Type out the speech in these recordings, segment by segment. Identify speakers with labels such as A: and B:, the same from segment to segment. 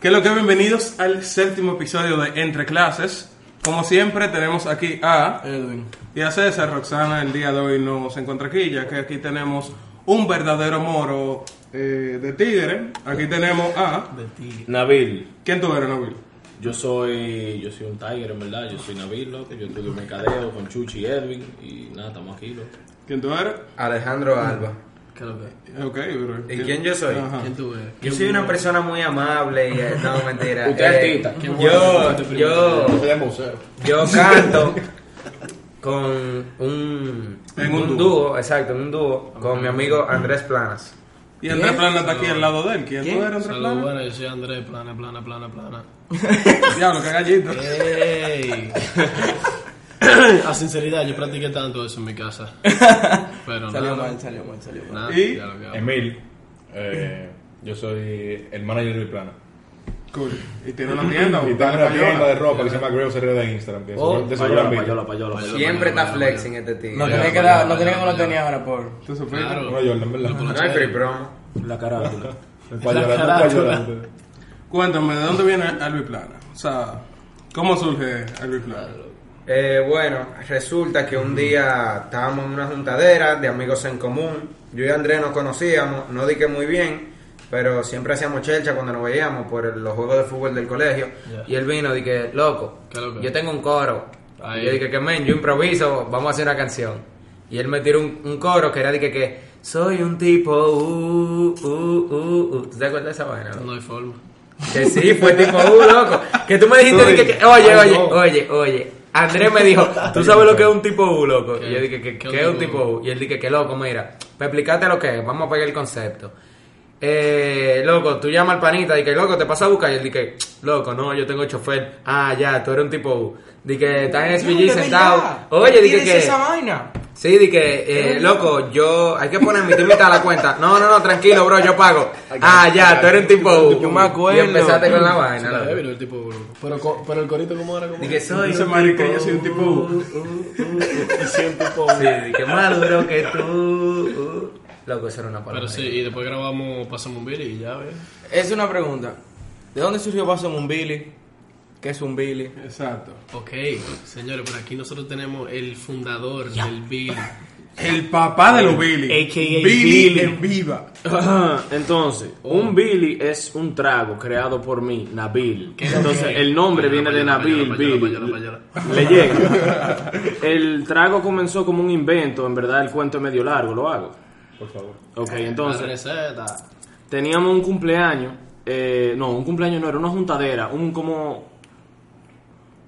A: ¿Qué es lo que? Bienvenidos al séptimo episodio de Entre Clases. Como siempre, tenemos aquí a
B: Edwin.
A: y a César. Roxana el día de hoy no se encuentra aquí, ya que aquí tenemos un verdadero moro eh, de tigre. Aquí tenemos a...
B: De ti.
C: Nabil,
A: ¿Quién tú eres, Nabil?
C: yo soy yo soy un tiger en verdad, yo soy Nabil, loco, yo estudio mercadeo con Chuchi y Edwin y nada, estamos aquí, loco.
A: ¿Quién tú eres?
D: Alejandro Alba.
B: ¿Qué es lo que?
A: Ok, bro.
D: ¿Y quién yo soy?
A: Ajá.
B: ¿Quién tú eres?
D: Yo soy una persona muy amable y eh, no mentira.
C: Usted es
D: Eh,
C: artista. Qué
D: yo, yo,
C: de museo.
D: yo canto con un,
A: En un dúo.
D: dúo, exacto, en un dúo con mi amigo Andrés Planas.
A: Y Andrés Plana está aquí al lado de él. ¿Quién,
D: ¿Quién?
A: tú eres, Andrés
B: Saludos,
A: Plana?
B: bueno, yo soy Andrés, plana, plana, plana, plana.
A: Diablo, qué gallito.
B: ¡Ey! A sinceridad, yo practiqué tanto eso en mi casa. Pero
E: Salió
B: nada,
E: mal, salió mal, salió mal.
B: nada,
A: ¿Y?
B: ya lo que hago.
F: Emil, eh, yo soy el manager de Plana.
A: Cool. Y tiene una tienda.
F: Y tengo una tienda de ropa que se llama Greos Herrera de Instagram, que de seguro- de seguro
C: Oh, Payola,
F: han visto.
C: payola, payola, payola.
D: Siempre está flexing este tío.
E: No
D: No,
E: tenía que dar, no tenía como lo tenía ahora, por.
A: ¿Tú
B: Claro.
F: Una Jordan, ¿verdad?
D: hay free promo.
C: La carátula.
F: Un
B: La
F: payola, un payola.
A: Cuéntame, ¿de dónde viene Albi Plana? O sea, ¿cómo surge Albi Plana?
D: Eh, bueno, resulta que un día estábamos en una juntadera de amigos en común. Yo y Andrés nos conocíamos, no di que muy bien, pero siempre hacíamos chelcha cuando nos veíamos por el- los juegos de fútbol del colegio.
B: Ya.
D: Y él vino y dije, loco,
B: ¿Qué loco?
D: yo tengo un coro.
B: Ahí.
D: Y yo dije, que men, yo improviso, vamos a hacer una canción. Y él me tiró un, un coro que era de que, que soy un tipo, uh, uh, uh, uh. ¿Tú te acuerdas de esa vaina?
E: pues.
D: loco?
B: No hay forma.
D: Que sí, fue tipo, uh, loco. Que tú me dijiste, dije, que, oye, oye, oye, oye. Andrés me dijo, ¿tú sabes lo que es un tipo U, loco?
B: ¿Qué?
D: Y yo dije, ¿qué,
B: ¿Qué
D: qué es un tipo U? Y él dije, que loco, mira, para explicarte lo que es, vamos a pegar el concepto. Eh, loco, tú llamas al panita, dije, loco, te pasa a buscar. Y él dije, loco, no, yo tengo chofer. Ah, ya, tú eres un tipo U. Dije, estás en SPG sentado. Oye, dije
E: ¿Tienes
D: que.
E: esa vaina?
D: Sí, di que, eh, loco, yo, hay que poner mi timita a la cuenta. No, no, no, tranquilo, bro, yo pago. Ah, ya, tú eres un tipo U.
E: Yo me acuerdo.
D: Y empezaste con la vaina,
B: Era
D: loco.
B: débil el tipo. Pero, co- pero el corito, ¿cómo era? ¿Cómo
D: Dije,
B: era?
D: soy
A: Dice
D: un
A: marica,
D: tipo
A: yo soy un tipo uh, U.
B: Y siempre po-
D: Sí, dije, más duro que tú. uh. Loco, eso era una palabra.
B: Pero sí, y después grabamos Pasamos un Billy y ya, ¿ves?
E: Es una pregunta. ¿De dónde surgió Paso en un Billy? ¿Qué es un Billy?
A: Exacto.
B: Ok, señores, por aquí nosotros tenemos el fundador del Billy.
A: El papá de los Billy.
C: AKA
A: Billy
C: Billy.
A: en viva.
C: Entonces,
B: Oh.
C: un Billy es un trago creado por mí, Nabil. Entonces, el nombre viene de
B: Payola, payola,
C: Nabil,
B: payola,
C: Billy.
B: payola, payola, payola.
C: Le llega. El trago comenzó como un invento, en verdad el cuento es medio largo, lo hago.
F: Por favor.
C: Ok,
B: La
C: entonces,
B: receta.
C: teníamos un cumpleaños, eh, no, un cumpleaños no, era una juntadera, un como...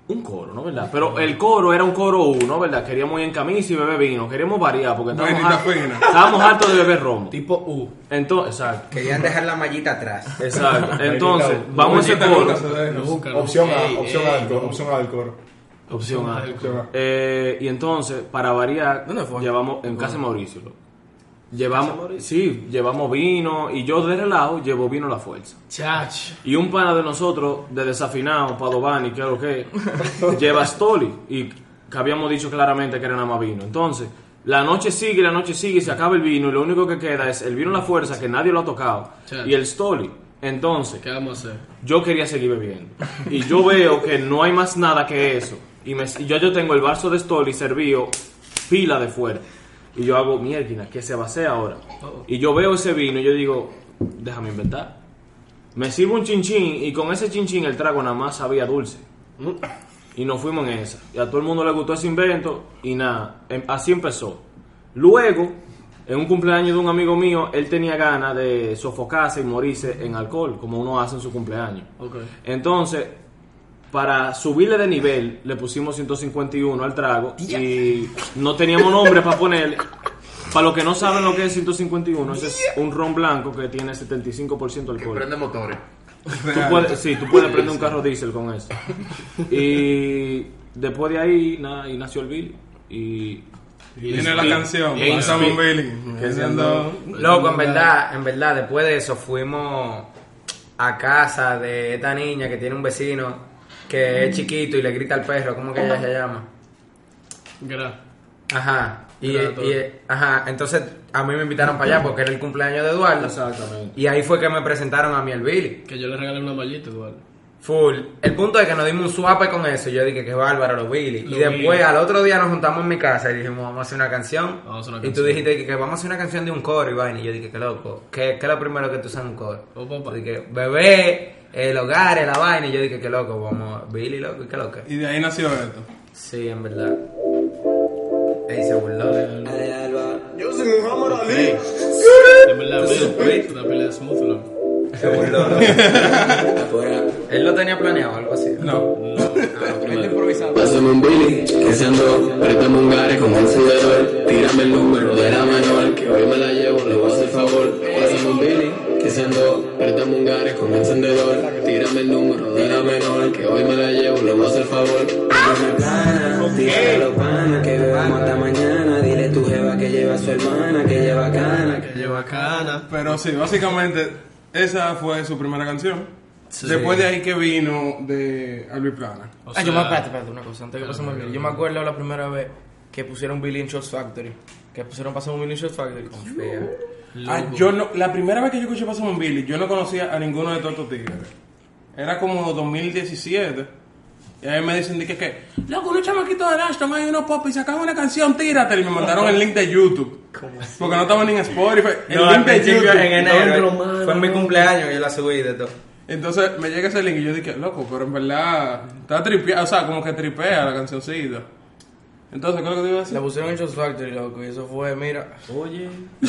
C: Un coro, ¿no? ¿Verdad? Pero el coro era un coro uno, ¿verdad? Queríamos ir en camisa y beber vino, queríamos variar porque estábamos,
A: Buenita
C: har-
A: fina.
C: estábamos hartos de beber romo.
B: Tipo U.
C: Entonces, exacto,
D: Querían dejar la mallita atrás.
C: exacto. Entonces, vamos a ese
A: Buenita
C: coro.
A: nunca se deja.
B: Nunca, ¿no?
F: Opción
B: Ey,
F: A, opción
B: ey,
F: A del coro,
B: no.
F: opción A del coro.
C: Opción A.
F: Opción A.
C: Eh, y entonces, para variar,
E: ¿Dónde fue?
C: llevamos en casa de Mauricio. loco. Llevamos, sí, llevamos vino y yo de relajo llevo vino a la fuerza.
B: Chach.
C: Y un pana de nosotros, de desafinado, Padovani, que es lo que es, lleva Stoli. Y que habíamos dicho claramente que era nada más vino. Entonces, la noche sigue, la noche sigue, se acaba el vino y lo único que queda es el vino a la fuerza, que nadie lo ha tocado,
B: Sí.
C: y el Stoli. Entonces,
B: ¿Qué vamos a hacer?
C: yo quería seguir bebiendo. Y yo veo que no hay más nada que eso. Y, me, y yo, yo tengo el vaso de Stoli servido pila de fuerte. Y yo hago, mierda, que se va a hacer ahora?
B: Oh.
C: Y yo veo ese vino y yo digo, déjame inventar. Me sirvo un chinchín y con ese chinchín el trago nada más sabía dulce. Y nos fuimos en esa. Y a todo el mundo le gustó ese invento y nada, em- así empezó. Luego, en un cumpleaños de un amigo mío, él tenía ganas de sofocarse y morirse en alcohol, como uno hace en su cumpleaños.
B: Ok.
C: Entonces, para subirle de nivel, le pusimos 151 al trago y no teníamos nombre para ponerle. Para los que no saben lo que es 151, ese es un ron blanco que tiene 75% alcohol.
G: motores.
C: Tú puedes, sí, tú puedes prender un carro diésel con eso. Y después de ahí, nada, y nació el Bill. Y
A: Viene la canción.
C: y-
A: Pasamos un
C: y-
A: Billy. Que siendo...
D: Loco, en verdad, en verdad, después de eso fuimos a casa de esta niña que tiene un vecino que es chiquito y le grita al perro, ¿cómo que ella se llama?
B: Gra.
D: Ajá. Y,
B: Era todo.
D: y, eh, ajá, entonces a mí me invitaron para allá porque era el cumpleaños de Eduardo.
C: Exactamente.
D: Y ahí fue que me presentaron a mí el Billy.
B: Que yo le regalé una mallita, Eduardo.
D: Full. El punto es que nos dimos un suape con eso. Yo dije que bárbaro los Billy.
B: Los
D: y después
B: Billy.
D: al otro día nos juntamos en mi casa y dijimos, vamos a hacer una canción.
B: Vamos a hacer una
D: y tú
B: canción.
D: dijiste que, que vamos a hacer una canción de un coro, Iván. Y yo dije, que loco, ¿qué, qué es lo primero que tú sabes en un coro?
B: Oh, papá.
D: Dije, bebé, el hogar, la vaina. Y yo dije, que loco, vamos, Billy, loco, qué loco.
A: Y de ahí nació esto.
D: Sí, en verdad. Ahí se burló de
B: En verdad, mira, una pila de smooth, loco.
D: Se burló. Él lo tenía planeado, algo así.
A: No.
G: Pásame un Billy, que se andó, préstame un gare con un cigarro, tírame el número de la menor, que hoy me la llevo, le voy a hacer favor. Pásame un Billy, que se andó, préstame un gare con un encendedor, tírame el número de la menor, que hoy me la llevo, le voy a hacer favor.
H: pana, dile a los panas que bebamos hasta mañana, dile tu jeva que lleva a su hermana, que lleva cana, que
B: Que lleva cana.
A: Pero sí, básicamente esa fue su primera canción. Después de ahí que vino de Albi Plana.
B: O
E: ah, yo me
B: sea,
E: espérate, espérate, una cosa, antes que pasemos el video. Yo me acuerdo la primera vez que pusieron Billy in Shot Factory. Que pusieron pasamos Billy in Shot Factory.
A: Ah, yo no, la primera vez que yo escuché Pásame un Billy, yo no conocía a ninguno de todos estos tigres. Era como 2017. Y ahí me dicen, dije que, loco, unos chamaquitos de Ashton, hay unos pop y sacaban una canción, tírate. Y me mandaron el link de YouTube. Porque no estaba ni en Spotify. El
D: No, al
A: link de
D: principio
A: YouTube.
D: en enero. eh, Fue mi cumpleaños y yo la subí de todo.
A: Entonces me llega ese link y yo dije, loco, pero en verdad está tripeada, o sea, como que tripea la cancioncita. Entonces, ¿qué es lo que te iba a
E: La
A: decir?
E: pusieron en Shot Factory, loco, y eso fue, mira.
B: Lo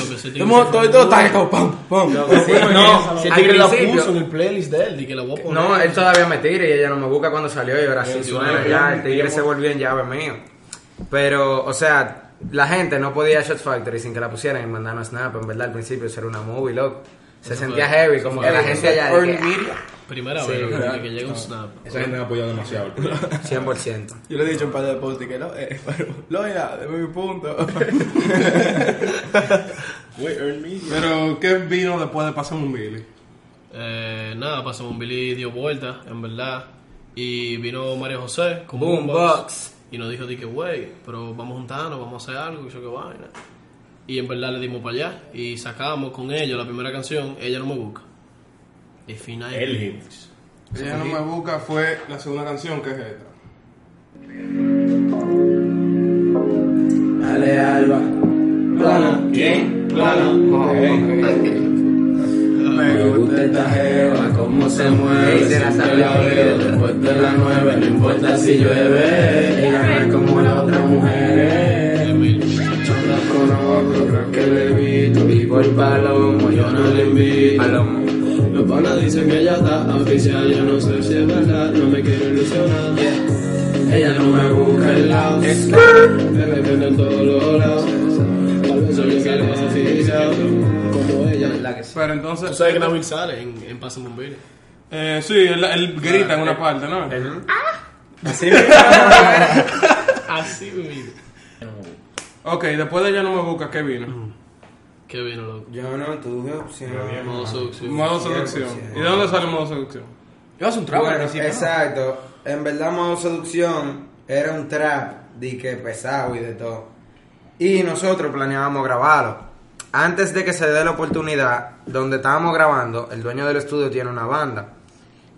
B: que se tiene
E: Todo, todo, todo taco, pam, pam.
D: No,
B: El
D: al
B: tigre la
D: principio-
B: puso en el playlist de él, y que la voy a poner.
D: No, eh. él todavía me tira y ella no me busca cuando salió y ahora sí
B: Sí,
D: suena
B: sí,
D: ya, el tigre se volvió en llave mío. Pero, o sea, la gente no podía Shots Factory sin que la pusieran y mandaron snap, en verdad al principio eso era una movie, loco. Se sentía heavy, como que la gente allá de que,
B: Primera
D: Sí,
B: vez, loco,
D: claro.
B: desde que llega un snap.
F: Esa gente me ha apoyado demasiado.
D: "Ah, 100%.
E: Yo le he dicho un par de posts y que no, eh, pero, Loira, deme mi punto.
A: Pero, ¿qué vino después de Pásame un Billy?
B: Eh, nada, pasamos un Billy dio vuelta, en verdad. Y vino María José con
D: Boombox.
B: Y nos dijo, di que wey, pero vamos a juntarnos, vamos a hacer algo, y yo qué vaina. Y en verdad le dimos para allá. Y sacamos con ellos la primera canción, Ella no me busca. Y final.
F: El hit.
A: Ella no me busca fue la segunda canción, que es esta.
H: Ale Alba, plana, ¿quién? Plana, me gusta esta jeva, cómo se mueve,
D: Ey, se la
H: siempre
D: sabe
H: la
D: la vida.
H: veo, después de las nueve, no importa si llueve, ella no es como las otras mujeres. Yo la conozco, creo que le invito, y por palomo yo no le invito. Los panas dicen que ella está oficial, yo no sé si es verdad, no me quiero ilusionar. Ella no me busca el lado, me repente en todos los lados. Tal vez soy el que le oficial, como ella.
A: Pero entonces.
B: Tú sabes que Nabil sale en, en Pásame un Billy.
A: Eh, sí, él, él grita en una parte, ¿no?
B: Así mismo.
A: Ok, después de Ella no me busca, ¿qué vino?
B: Qué vino, loco.
E: Yo no tuve opción.
B: Modo seducción.
A: Modo seducción. ¿Y de dónde sale modo seducción?
E: Yo hace un trago al
I: Bueno,
E: principio.
I: exacto. En verdad, modo seducción era un trap de que pesado y de todo.
D: Y nosotros planeábamos grabarlo. Antes de que se dé la oportunidad, donde estábamos grabando, el dueño del estudio tiene una banda.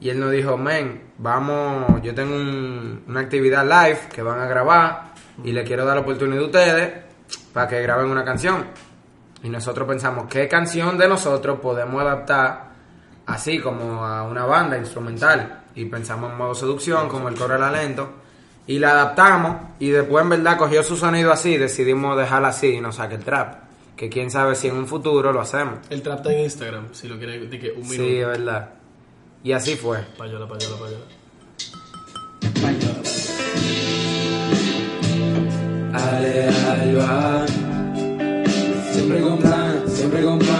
D: Y él nos dijo, men, vamos, yo tengo un- una actividad live que van a grabar y le quiero dar la oportunidad a ustedes para que graben una canción. Y nosotros pensamos, ¿qué canción de nosotros podemos adaptar así como a una banda instrumental? Y pensamos en modo seducción, como el coro al alento. Y la adaptamos y después en verdad cogió su sonido así, decidimos dejarla así y nos saque el trap. Que quién sabe si en un futuro lo hacemos.
B: El trap está en Instagram, si lo quieres, di que un
D: Sí, es
B: minuto.
D: verdad. Y así fue.
B: Payola, payola, payola.
H: Ale Alba, siempre con plan, siempre con plan.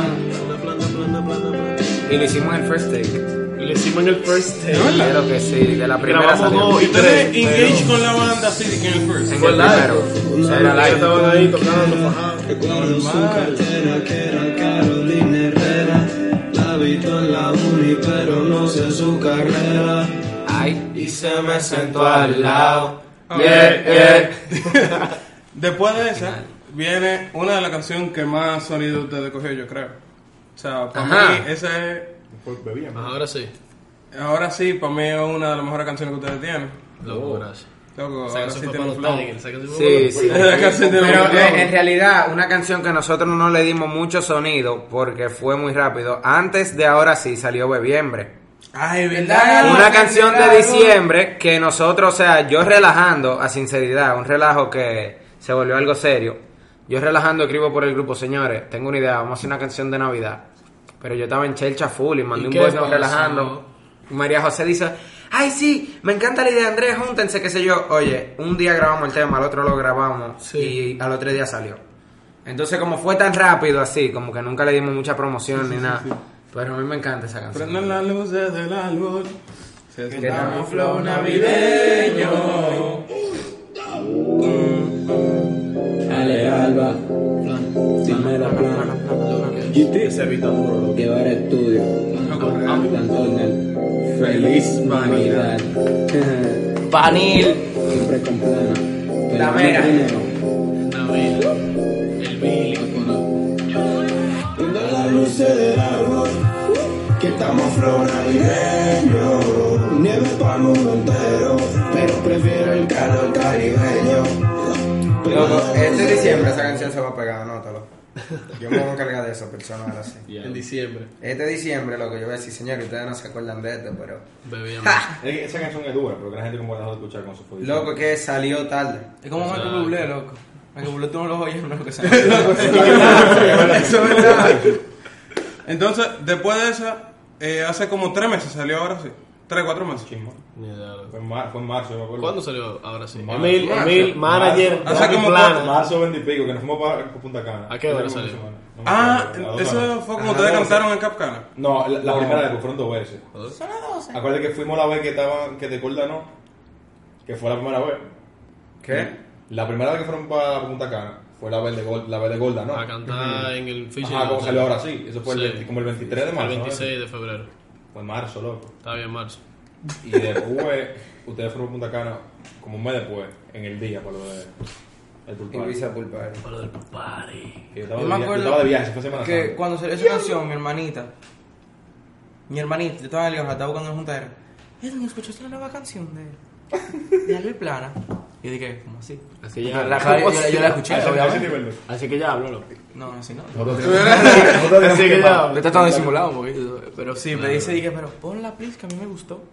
B: Plana, plana, plana, plana, plana.
D: Y lo hicimos en el first take.
B: Y le hicimos en el first take.
D: Creo que sí, de la primera
B: Grabamos
D: salió.
B: dos y tres.
A: Ustedes engage con la banda así de que en el first.
D: En el primero. O sea, era live.
B: Estaban ahí tocando, fajados.
H: Recuerdo su cartera que era Carolina Herrera. La habitó en la uni, pero no sé su carrera.
D: Ay.
H: Y se me sentó al lado.
A: Después de esa, viene una de las canciones que más sonido ustedes cogió, yo creo. O sea, para
D: Ajá.
A: mí, esa es.
F: Pues bebíamos.
B: Ahora sí.
A: Ahora sí, para mí es una de las mejores canciones que ustedes tienen.
F: Oh.
B: Loco, gracias.
A: Loco,
B: Esa
A: ahora
B: canción
A: sí
B: fue para
A: tiene un
B: los
A: flow.
B: Tanigers, esa canción fue para
D: Sí,
B: los-
D: sí.
A: Esa canción tiene un
D: Pero
A: flow.
D: eh, en realidad, una canción que nosotros no le dimos mucho sonido porque fue muy rápido. Antes de ahora sí salió Bebiembre.
A: Ay,
I: Ah,
A: ¿verdad?
D: una canción de
I: claro.
D: diciembre que nosotros, o sea, yo relajando, a sinceridad, un relajo que se volvió algo serio. Yo relajando escribo por el grupo, señores, tengo una idea, vamos a hacer una canción de Navidad. Pero yo estaba en Chelcha full y mandé
B: ¿Y
D: un
B: qué
D: voice note
B: pasó?
D: relajando. Y María José dice, ay sí, me encanta la idea, Andrés, júntense, qué sé yo. Oye, un día grabamos el tema, al otro lo grabamos
B: Sí.
D: y al otro día salió. Entonces, como fue tan rápido así, como que nunca le dimos mucha promoción ni nada. Pero a mí me encanta esa canción.
A: Prendan las luces del árbol. Se escucha
I: damos
A: un
I: flow
A: flow
I: navideño.
H: Ale Alba, primera plana,
F: Ese Vito duro, loco.
H: que va al estudio, tanto en el feliz vanidad,
E: Panil.
H: siempre con plana, pero
D: La
H: no
D: mera.
H: dinero.
B: Nabil, el Billy.
F: Oh.
H: Prendo las luces del árbol, que estamos flow navideño. Nieve para el mundo entero, pero prefiero el calor caribeño.
I: Loco, este diciembre esa canción se va a pegar, anótalo. Yo me voy a encargar de eso, personal así.
B: En diciembre.
I: Este diciembre, lo que yo voy a decir, señores, ustedes no se acuerdan de esto, pero.
B: Bebíamos.
F: Es que Esa canción es dura, pero que la gente como la dejó de escuchar con su fodido.
I: Loco, que salió tarde.
E: Es como Michael Bublé, loco. Michael Bublé tú no lo oyes, no lo que sea.
A: Eso es verdad. Entonces, después de esa, eh, hace como tres meses salió ahora sí. Tres, cuatro meses.
B: Ni idea, loco.
F: Fue en, mar- fue en marzo, yo me acuerdo.
B: ¿Cuándo salió ahora sí?
C: Emil, Emil, manager,
A: Hace
C: Dani
A: como
C: Plana.
F: Marzo 20 y pico, que nos fuimos para Punta Cana.
B: ¿A qué hora
F: Hace como
B: salió?
F: una semana. No me
A: Ah,
F: acuerdo, a dos
A: eso
F: semanas.
A: fue como ustedes cantaron en Capcana.
F: No, la, la primera vez, pues, fueron dos veces.
B: Joder.
F: Acuérdate que fuimos la vez que estaban, que te corda no, que fue la primera vez.
I: ¿Qué?
F: La primera vez que fueron para Punta Cana fue la vez de, Gol- la vez de Golda, ¿no?
B: A cantar en el Fishing.
F: Ajá, como salió ahora sí. Eso fue el
B: Sí.
F: 20 como el 23 de marzo.
B: El
F: ¿no?
B: 26 de febrero.
F: Fue en marzo, loco.
B: Está bien, marzo.
F: Y después, ustedes fueron a Punta Cana como un mes después, en el día, por lo de. El
I: Y
F: pulpar.
I: Luisa Pulpar.
B: Para del party.
F: Yo estaba,
E: Yo
F: de
E: me
F: via- yo
E: acuerdo
F: estaba de viaje, fue Semana
E: que
F: Santa.
E: cuando salió esa canción, mi hermanita, mi hermanita, yo estaba en el garra, estaba buscando en el juntadero. Edwin, ¿escuchaste la nueva canción de, de Albert Plana? Y yo dije, ¿cómo así?
C: Así
E: Yo
C: ya
E: la,
C: hablo.
E: yo, yo la escuché,
F: A ese- a ese
E: obviamente.
F: nivel, loco.
C: Así que ya hablo, loco.
E: No, así no.
C: Así que ya
E: Yo
C: hablo.
E: está tan disimulado un poquito, pero sí, me dice, dije, pero ponla, please, que a mí me gustó.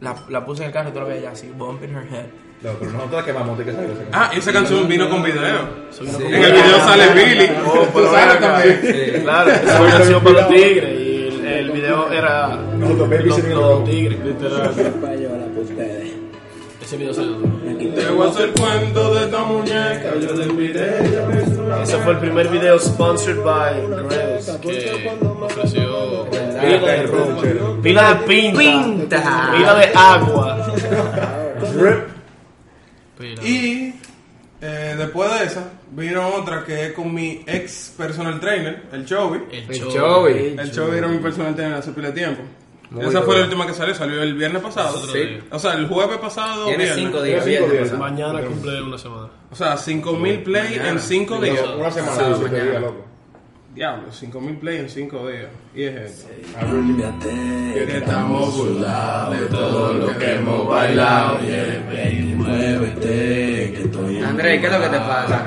E: La, la puse en el carro y todavía ya así, bumping her head.
F: No, pero nosotros la quemamos de que salió esa canción.
A: Ah, y esa canción vino con video.
B: Soy una
A: En el video sale Billy.
F: Oh,
A: Tú sabes también.
C: Claro, esa fue canción para los tigres y el, el video era
F: Nosotros
C: los,
F: babysitting
C: los
F: loco.
C: tigres, literal.
H: Para llevarla por ustedes.
B: Ese video salió duro.
H: Aquí
A: Te voy a hacer cuento de esta muñeca. Yo te invité, ella me hizo una-
C: Ese fue el primer video sponsored by Grails.
B: Que ofreció.
C: Pila
A: Este,
C: de ropa, pila de pinta, pila de agua.
B: Pila.
A: Y eh, después de esa, vino otra que es con mi ex personal trainer, el Chovy.
B: El
D: El
B: show.
D: Chovy.
A: El show era mi personal trainer hace pila de tiempo.
D: Muy
A: Esa fue
D: duro.
A: la última que salió, salió el viernes pasado.
B: Nosotros Sí.
A: O sea, el jueves pasado.
I: Tiene
A: viernes.
I: cinco días.
F: Cinco
I: viernes,
F: días.
B: Mañana cumple una semana.
A: O sea, 5000 play en 5 días.
F: Una semana, siete días, loco.
A: Diablo, 5000 play en 5 días. Y es esto.
H: Cámbiate,
A: Que
H: que
A: estamos
H: estamos burlados de todo lo que hemos bailado. Yeah, baby, muévete, que estoy
D: Andrés, ¿qué es lo que te pasa?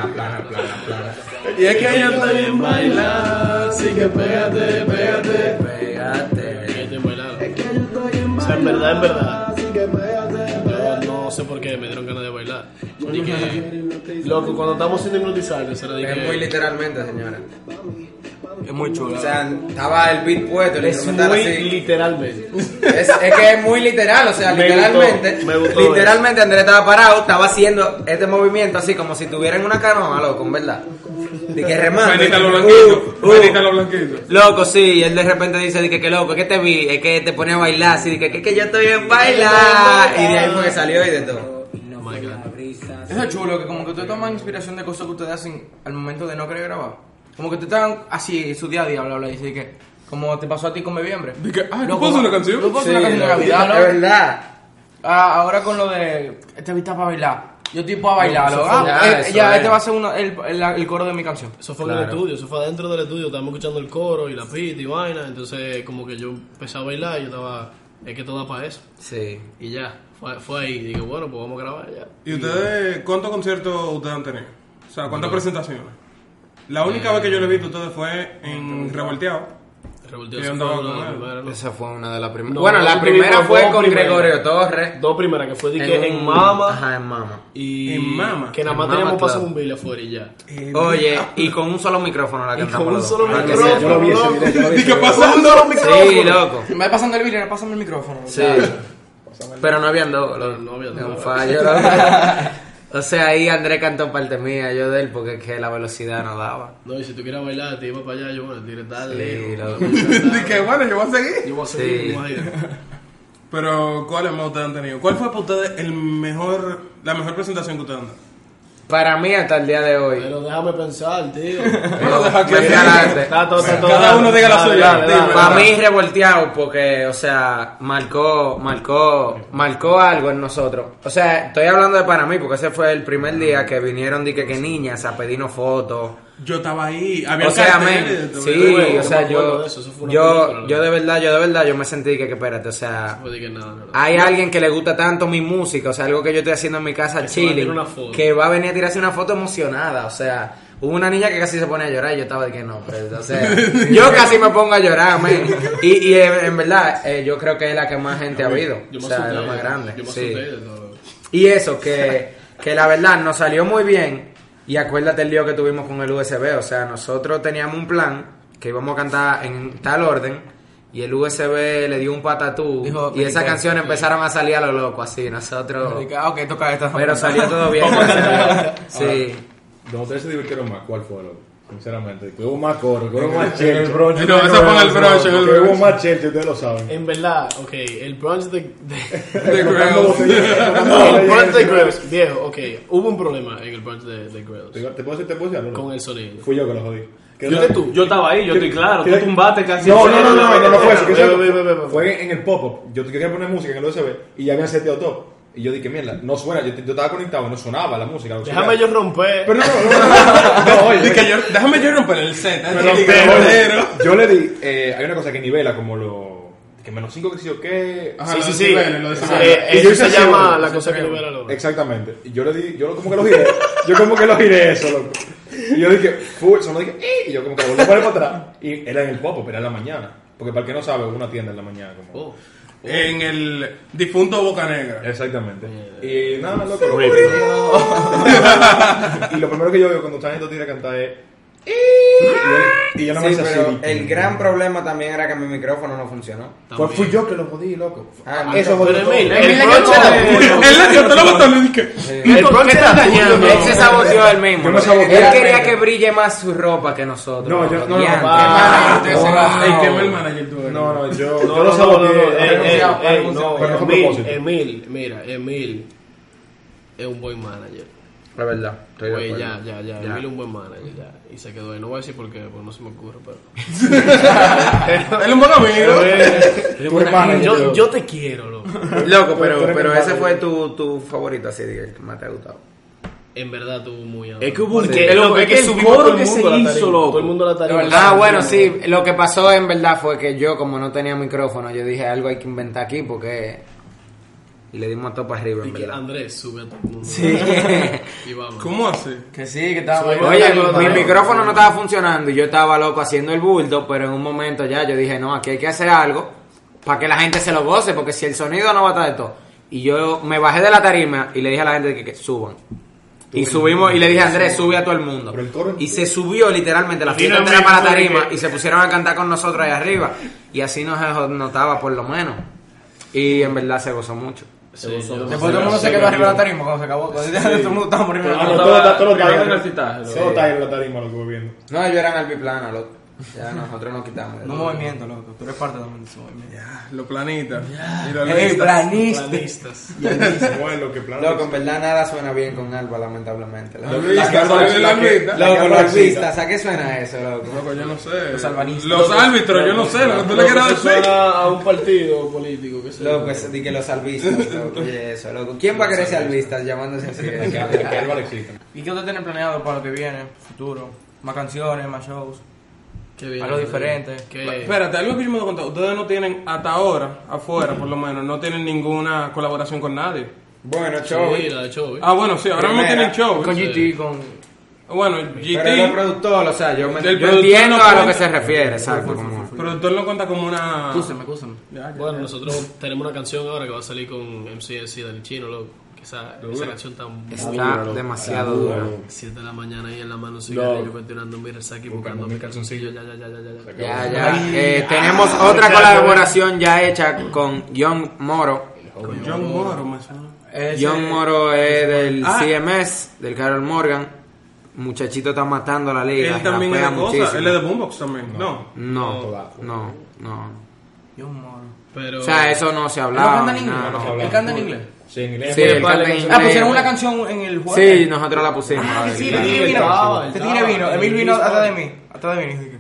A: Y es que yo también
H: Así que pégate, pégate.
D: Espérate.
B: Ahí te bailaron.
C: O sea, en verdad, en verdad.
B: Yo no sé por qué me dieron ganas de bailar. Ni que.
C: Loco, cuando estamos sin hipnotizar,
B: Eso era de
D: Es muy
B: que.
D: literalmente, señora.
E: Es muy chulo.
I: O sea, estaba el beat puesto, el
C: es
I: instrumental
C: muy
I: así.
C: literalmente.
D: Es, es que es muy literal, o sea,
C: Me
D: literalmente.
C: gustó, me gustó eso.
D: literalmente Andrés estaba parado, estaba haciendo este movimiento así como si tuviera en una canoa, loco, en verdad. De que remando.
A: Manita lo blanquito.
D: Uh, uh.
A: Manita lo blanquito.
D: Loco, sí, y él de repente dice, de que, que loco, es que te vi, es que te pone a bailar, así, de que, que, que yo estoy en bailar. Y de ahí fue que salió y de todo.
B: Oh my god.
E: Eso es chulo, que como que ustedes toman inspiración de cosas que ustedes hacen al momento de no querer grabar. Como que ustedes están así, su día a día, bla, bla, y dice que, como te pasó a ti con noviembre.
A: De que, ah, ¿tú puedes hacer una canción?
E: Tú puedes hacer una
D: Sí,
E: canción de
D: loco,
E: Navidad,
D: Es
E: ¿no?
D: verdad.
E: Ah, ahora con lo de, te vista para bailar. Yo tipo a bailarlo.
D: eso fue-
E: Ah,
D: ya,
E: eh,
D: eso
E: ya,
D: es.
E: este va a ser uno, el, el- el coro de mi canción.
B: Eso fue en el
D: Claro.
B: estudio, eso fue adentro del estudio, estábamos escuchando el coro y la pita y vaina, entonces como que yo empecé a bailar y yo estaba, es que todo da para eso.
D: Sí.
B: Y ya, fue, fue ahí, digo, bueno, pues vamos a grabar ya.
A: ¿Y ustedes cuántos conciertos ustedes han tenido? O sea, ¿cuántas presentaciones? La única vez que yo lo he visto a ustedes fue en Revolteado.
B: Revolteo
A: ¿Qué
B: se fue
A: andaba
B: uno de
A: con
B: los
A: él?
B: primeros, ¿no?
D: Esa fue una de las primeras.
B: No,
D: bueno, la
B: nosotros
D: primera
B: tuvimos
D: fue
B: dos
D: con
B: primeras.
D: Gregorio Torres.
B: Dos primeras, que fue de que en
D: un-
B: Mama
D: Ajá, en Mama.
B: y...
A: En Mama. Eh,
B: Que nada más
D: En Mama
B: teníamos
D: Club.
B: paso un baile afuera y ya.
D: Oye, y con un solo micrófono la
B: Y
D: cantamos.
B: con un
D: los dos.
B: solo
D: Ah, que
B: micrófono.
D: sí.
H: Yo lo vi ese video, yo lo vi.
A: ¿Y qué
H: ese video.
A: pasando?
D: Sí, loco.
E: Me va pasando el video, pásame el micrófono.
D: Sí. Pero no habían dos. lo-
B: No habían
D: es
B: dos.
D: un fallo. o sea, ahí Andrés cantó parte mía, yo de él, porque es que la velocidad no daba.
B: No, y si tú quieres bailar, te iba para allá, yo, bueno, te iré
D: Sí,
B: tarde.
D: loco.
A: Dije, bueno, yo voy a seguir.
B: Yo voy a seguir,
D: Sí.
B: como ahí.
A: Pero, ¿cuáles más ustedes han tenido? ¿Cuál fue para ustedes el mejor, la mejor presentación que ustedes han dado?
D: Para mí, hasta el día de hoy.
B: Pero déjame pensar, tío.
A: Bueno, deja que-
D: Venga, adelante.
C: Está todo, está todo.
A: Cada uno diga la
C: Dale,
A: suya.
C: dale, dale.
A: Dime.
D: Para mí revolteado porque, o sea, marcó, marcó, marcó algo en nosotros. O sea, estoy hablando de para mí porque ese fue el primer día que vinieron di que, que niñas a pedirnos fotos.
A: Yo estaba ahí. Había
D: O sea,
A: carteles,
D: amén.
A: todo
D: Sí,
A: el
B: Yo me
D: o sea,
B: acuerdo
D: yo,
B: de eso, eso fue una película,
D: yo,
B: ¿no?
D: yo de verdad, yo de verdad, yo me sentí que, que espérate, o sea,
B: No Pues dije nada, nada.
D: hay alguien que le gusta tanto mi música, o sea, algo que yo estoy haciendo en mi casa
B: se va a
D: chilling,
B: tirar una foto.
D: que va a venir a tirarse una foto emocionada, o sea, hubo una niña que casi se pone a llorar y yo estaba de que no, pero, o sea, yo casi me pongo a llorar, man. Y, y eh, en verdad, eh, yo creo que es la que más gente ha habido,
B: Yo
D: o
B: me
D: sea,
B: asusté,
D: es la más grande.
B: Yo me
D: sí.
B: asusté de todo.
D: Y eso, que, que la verdad nos salió muy bien. Y acuérdate el lío que tuvimos con el USB. O sea, nosotros teníamos un plan que íbamos a cantar en tal orden. Y el USB le dio un patatú.
E: Dijo,
D: y esas
E: "Perico".
D: canciones empezaron a salir a lo loco, así. Nosotros.
E: Dije, Ah, ok, toca esta.
D: Pero salió todo bien. sí.
F: Los ustedes se divirtieron más. ¿Cuál fue, loco? Sinceramente. Que hubo más coro, que hubo más chelche.
H: El bronche.
A: No, eso fue en el bronche, en el
F: Que hubo
A: bronche.
F: más chelche, ustedes lo saben.
B: En verdad, ok, el brunch de... de-
A: De
F: Tocando
A: Grails.
F: botellas, tocando
B: el brunch
F: botellas.
B: de Grails, viejo, ok. Hubo un problema en el brunch de, de Grails.
F: Te puedo decir, te puedo decir algo.
B: Con el sonido.
F: Fui yo que lo jodí. Que
B: Yo
F: la-
B: te tú.
C: Yo estaba ahí, yo estoy claro. Tú tumbaste casi.
F: No, no, no, no, no, no, no fue eso. que
B: Ve,
F: eso-
B: ve, ve, ve, ve.
F: Fue en el pop-up. Yo quería poner música en el USB y ya habían seteado todo. Y yo dije, mierda, no suena. Yo, yo estaba conectado, y no sonaba la música. no
B: Déjame
F: sonaba.
B: yo romper.
F: Pero no, no, no, no, oye.
A: Dije, yo- déjame yo romper el set. antes
F: Pero,
A: de que
F: pero,
A: bolero.
F: yo le di, eh, hay una cosa que nivela como lo. que menos 5 que sí o qué.
A: Ajá,
B: sí,
A: lo
B: sí,
A: de
B: sí.
A: niveles, lo de
B: Eh,
A: niveles.
F: Y yo
B: eso
F: hice
B: se
F: así,
B: llama
F: bueno,
B: la
F: se
B: cosa que
F: creó.
B: libera lo
F: Exactamente. Y yo le di, yo como que lo giré. yo como que lo giré eso, loco. Y yo dije, full, sonó, dije, "Eh", y yo como que lo volví a poner para atrás. Y era en el pop, pero era en la mañana. Porque para el que no sabe, hubo una tienda en la mañana. Como...
B: Oh,
A: En el difunto Boca Negra.
F: Exactamente. Y nada, loco. lo- y lo primero que yo veo cuando están estos tíos a cantar es. "Eh", Y yo, y yo no me
I: Sí,
F: hice así.
I: pero
F: dije,
I: el gran problema también era que mi micrófono no funcionó.
F: Pues fui yo que lo jodí, loco.
I: Ah,
F: Eso jodí.
B: Pero
F: todo.
B: Emil,
F: Emil,
B: el
F: yo
B: brunch
F: no-
B: era tuyo.
A: Él le dio todos los botones y dije,
B: ¿Qué
D: ¿Por
B: te
D: estás
B: dañando?
D: Él se saboteó él mismo.
F: Yo me saboteé.
D: Él quería que brille más su ropa que nosotros.
F: No, yo- no, no,
D: Diantre. Ah,
F: va.
A: Ey, qué mal
D: Wow.
A: manager tú eres.
F: No, no, yo,
C: No,
F: yo lo
C: no, no, no,
F: saboteé.
C: no, eh,
F: Yo
C: eh,
F: renunciaba,
C: eh,
F: renunciaba,
C: no,
F: pero fue a
B: Emil,
F: propósito.
B: Emil, mira, Emil es un buen manager.
D: La verdad. estoy de
B: Güey,
D: acuerdo.
B: Pues ya, ya, ya,
D: Ya.
B: Emil es un buen manager, ya. Y se quedó ahí. No voy a decir por qué, porque no se me ocurre, pero...
A: Él es un buen amigo.
F: Tú eres manager,
B: Yo,
F: yo-
B: yo te quiero, loco.
D: Loco, pero,
F: Pero- pero
D: pero
F: que
D: ese
F: padre.
D: fue tu, tu favorito, así que el que más te ha gustado.
B: En verdad tuvo muy
C: Es que hubo un
B: Sí.
C: que-
B: Loco,
C: es que
B: el
C: subimos
B: coro
C: todo el mundo a la tarima.
B: Todo el mundo a la tarima.
D: Ah, bueno, sí. Lo que pasó en verdad fue que yo, como no tenía micrófono, yo dije algo hay que inventar aquí porque. Y le dimos todo para arriba,
B: Y
D: en
B: que
D: verdad.
B: Andrés sube a todo el mundo. Y vamos.
A: ¿Cómo así?
E: Que sí, que estaba
B: Soy-
E: bailando.
D: Oye,
B: Andrés,
D: mi
B: Andrés.
D: micrófono no estaba funcionando y yo estaba loco haciendo el bulto, pero en un momento ya yo dije, no, aquí hay que hacer algo para que la gente se lo goce, porque si el sonido no va a estar de todo. Y yo me bajé de la tarima y le dije a la gente que, que suban. Y subimos, y le dije a Andrés, sube a todo el mundo.
F: Pero el coro-
D: Y se subió literalmente la
B: Y
D: fiesta
B: no
D: entera
B: me
D: para la
B: fue
D: tarima
B: que-
D: y se pusieron a cantar con nosotros ahí arriba. Y así nos notaba por lo menos. Y en verdad se gozó mucho.
B: Sí, yo-
E: Después todo el mundo se quedó arriba de la tarima cuando se acabó. Todo el mundo estaba muriendo.
F: Ah,
E: de
F: no,
E: hambre.
F: todo está- todo está
C: Primero
F: ahí.
C: en el citaje,
F: Todo está ahí en la tarima, lo que voy viendo.
D: No, yo era en el biplano, loco.
I: Ya nosotros nos quitamos. de
E: No
I: todo.
E: movimiento, loco. Tú eres parte también de su movimiento.
A: Ah, Los planistas. Y los
E: ¡Ey,
A: listas.
E: planistas!
F: Bueno, que plan.
I: Loco, en verdad nada suena bien con Alba, lamentablemente. Loco,
A: Los listas,
F: Loco,
A: ¿sabes?
F: la que-
A: Los listas.
I: Loco,
F: la
I: los
F: cita.
I: vistas, ¿a qué suena eso, loco?
A: Loco, yo no sé. Los
E: albanistas.
A: árbitros, yo no sé. Lo que tú le
B: Loco,
A: quieras
B: eso
A: decir.
B: suena a un partido político, qué sé yo.
I: Loco, eso de que los albistas, loco. Oye, eso, loco. ¿Quién va a querer ser albistas llamándose así?
F: Que que Álvaro existe.
E: ¿Y qué ustedes tienen planeado para lo que viene? Futuro. Más canciones, más shows.
B: Qué bien,
E: Algo
B: qué
E: diferente.
B: bien.
A: Pa-
B: Qué-
A: Espérate, algo que yo me he dado cuenta. Ustedes no tienen, hasta ahora, afuera por lo menos, no tienen ninguna colaboración con nadie.
I: Bueno, show.
B: Sí, la de Chovy.
A: Ah, bueno, sí, ahora mismo tienen
I: Primera,
A: show.
E: Con GT, con...
A: Bueno,
I: Pero el
A: GT,
I: productor, o sea, yo me yo
A: Del productor
I: entiendo
A: no
I: a lo
A: cuenta.
I: que se refiere, exacto. Como...
A: productor no cuenta como una.
E: Acúsenme, acúsenme.
A: Ya, ya.
B: Bueno, nosotros tenemos una canción ahora que va a salir con MCSC del chino, loco. Que Esa, esa canción tan
D: Está demasiado dura.
B: 7 de la mañana ahí en la mano cigarrillo, continuando mi resaca y buscando mi calzoncillo. Ya, ya, ya, ya, ya, ya.
D: Ya, ya. Eh, tenemos otra colaboración ya hecha con John Moro.
A: Con John Moro, me suena.
D: John Moro es del CMS, del Carol Morgan. Muchachito está matando la liga.
A: Él también es
D: rapea
A: de cosa.
D: muchísimo.
A: Él es de Boombox también. No.
D: No, no, no.
E: Yo moro.
B: Pero.
D: O sea, eso no se
E: ¿Él no
D: hablaba.
E: canta en
D: ni
E: inglés?
D: nada, no.
E: ¿Él canta en inglés?
F: Sí, en inglés.
D: Sí, él canta en
E: Ah,
D: inglés.
E: pusieron una canción en el juego.
D: Sí, nosotros la pusimos.
E: Ah,
D: la
E: que sí, te
D: verdad.
E: tiene
B: estaba,
E: vino.
B: él
E: Te
B: estaba.
E: tiene vino. Emil vino
B: Él
E: atrás de
B: estaba.
E: mí. Atrás de mí. Y yo dije,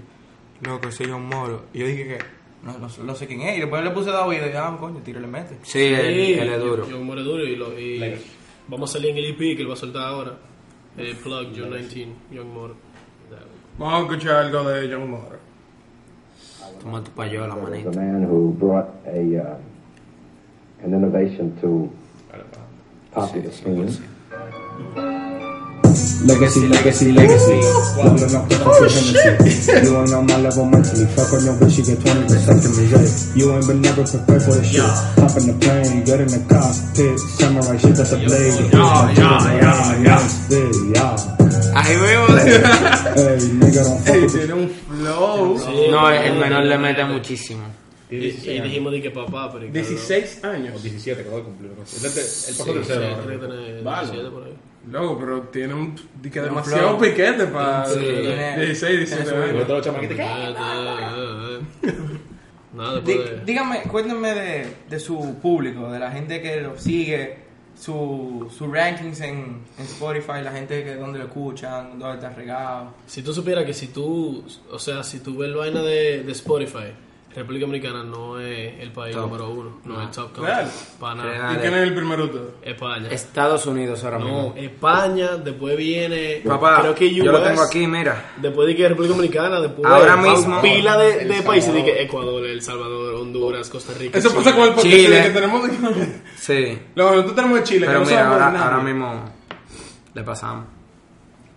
E: loco, ese John Moro. Y yo dije que, no, no, sé- no sé quién es. Y después le puse David y dije, ah, coño, tiro le mete.
D: Sí, él, él es duro.
B: Yo muero duro y, lo, y vamos a salir en el EP que él va a soltar ahora. Eh, plug, John 19, Young Moro.
A: Vamos a escuchar algo de John Moro.
D: Toma tu payola,
J: There
D: manito.
J: was a man who brought a uh, an innovation to popular singing.
H: Legacy, legacy, legacy. Blowing up the fucking You ain't on my level mentally. Fuck with no bitch, you get 20% of me. Yeah. You ain't been never prepared for this shit. Hop in the plane, get in the cockpit. Samurai shit, that's a blade. Yeah, yeah, yeah, yeah.
D: Ahí veo.
H: Hey, nigga, don't fuck with
A: Tiene un flow.
D: No, el menor le mete muchísimo.
B: Y, y dijimos de que papá, pero.
A: 16 años.
F: 17, que lo de cumplir. ¿no? Este- El
B: Sí,
F: pasó
B: sí,
F: tercero.
B: creo que
F: ahora.
B: tiene
F: Vale.
B: 17 por ahí.
A: Loco, pero tiene un. di que demasiado piquete para.
E: Tiene-
A: 16, 17
F: Y
A: años.
F: otro chamaquito que-
B: Eh, eh, eh, eh. Nada,
E: Dí-
B: después de-
E: dígame, cuéntenme de, de su público, de la gente que lo sigue, su, su rankings en, en Spotify, la gente que donde lo escuchan, donde está regado.
B: Si tú supieras que si tú, o sea, si tú ves el vaina de, de Spotify, República Dominicana no es el país número uno, no es el top country.
A: Real.
B: Para nada.
D: Ah. Real.
A: ¿Y quién es el primero de ustedes?
B: España.
D: Estados Unidos ahora
B: No,
D: mismo.
B: España, después viene.
D: Papá,
B: creo que
D: yo
B: US,
D: lo tengo aquí, mira.
B: Después de que República Dominicana, después.
D: Ahora
B: van
D: mismo-
B: Pila de, de países, de que Ecuador, El Salvador, Honduras, Costa Rica.
A: Eso
B: Chile.
A: pasa con el podcast
D: Chile.
A: de que tenemos.
D: Sí.
A: Loco, nosotros tenemos Chile. que
D: Pero
A: no
D: mira,
A: sabemos
D: ahora,
A: nada.
D: ahora mismo le pasamos.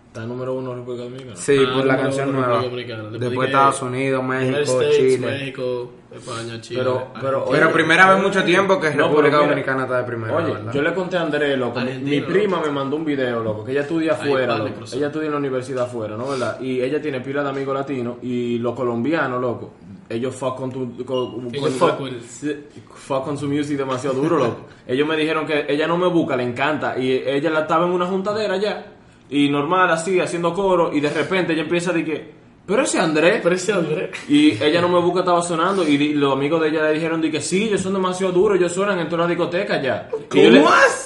C: Está número uno República Dominicana.
D: Sí,
B: Ah,
D: por la
B: no,
D: canción
B: no,
D: nueva.
B: Dominicana. Después
D: Después
B: que-
D: Estados Unidos,
B: United
D: México,
B: States,
D: Chile.
B: México, España, Chile.
C: Pero- pero-
B: Argentina.
D: Pero primera vez mucho tiempo que
C: No, pero
D: República
C: mira,
D: Dominicana está de primera.
C: Oye,
D: la verdad.
C: yo le conté a Andrés, loco. mi- Mi
B: Argentina,
C: prima me mandó un video, loco, que ella estudia afuera,
B: vale,
C: loco.
B: cruzado.
C: Ella estudia en la universidad afuera, ¿no? ¿Verdad? Y ella tiene pila de amigos latinos y los colombianos, loco. Ellos fuck con tu. con-
B: Ellos
C: con-
B: fuck with it.
C: Sí, fuck con su music demasiado duro, loco. Ellos me dijeron que ella no me busca, le encanta. Y ella la estaba en una juntadera ya. Y normal, así, haciendo coro. Y de repente ella empieza a decir que. Pero ese Andrés.
B: Pero ese hombre.
C: Y ella no me busca, estaba sonando. Y di- los amigos de ella le dijeron: di que sí, ellos son demasiado duros, ellos suenan en todas las discotecas ya. Y yo le-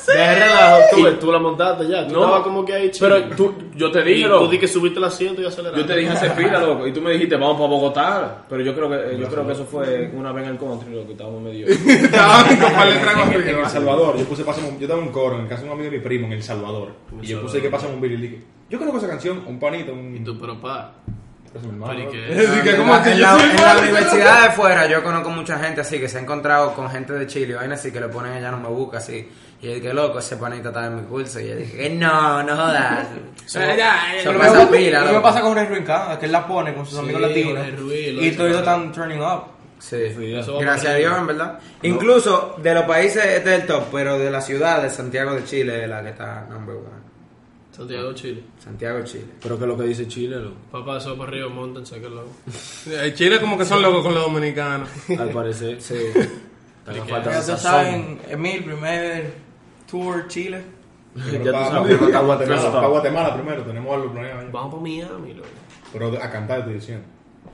B: De relajo, tú, tú la montaste ya. Tú
C: No.
B: estabas como que ahí, chill.
C: Pero tú, yo te
B: Y
C: dije,
B: tú
C: loco.
B: di que subiste el asiento y aceleraste.
C: Yo te dije hace fila, loco. Y tú me dijiste, vamos para Bogotá. Pero yo creo que, eh, yo creo que eso fue una vez en el country, loco. y Estábamos medio.
A: Estaban con paletas
F: En El
A: arriba.
F: Salvador, yo puse pásame un- yo estaba en un coro en el caso de un amigo de mi primo en El Salvador. Y yo puse que pásame un video y dije, yo conozco esa canción, un panito, un.
B: Y tú, pero pa.
F: Es mi hermano,
B: Pero
F: ¿no?
B: y que.
A: Así que,
D: En
A: ¿cómo
D: la,
A: así?
D: en
A: Yo
D: la-
A: soy
D: en la
A: malo.
D: universidad de fuera yo conozco mucha gente así que se ha encontrado con gente de Chile, vaina así que le ponen ella no me busca así. Y él que loco, ese panita estaba en mi curso. Y yo dije, no, no jodas. Eso- eso
E: eh, Lo
D: pasa
E: mismo-
D: pila,
E: lo
D: loco.
E: mismo pasa con Rey Ruiz Cava, que él la pone con sus amigos latinos.
B: Rey Ruiz, lo
E: y
B: hizo,
E: todos
B: claro.
E: están turning up.
D: Sí,
B: eso va
D: gracias
B: para
D: a Dios, en verdad. Incluso de los países este es el top, pero de la ciudad de Santiago de Chile es la que está number one.
B: Santiago, Chile.
D: Santiago, Chile.
C: Pero que lo que dice Chile, loco.
B: Papá, eso va para arriba, monten, sáquenlo.
A: Eh, Chile como que son locos con los dominicanos.
C: Al parecer. Sí.
E: Ya
C: falta de
E: ustedes
C: sazón.
E: saben, Emil, primer tour Chile.
F: Pero
C: Ya tú
F: pa-
C: sabes,
F: pa- pa-
C: no
F: Guatemala,
C: está.
F: pa' Guatemala primero, tenemos algo planeado. ahí.
B: Vamos para Miami, loco.
F: Pero a cantar estoy diciendo.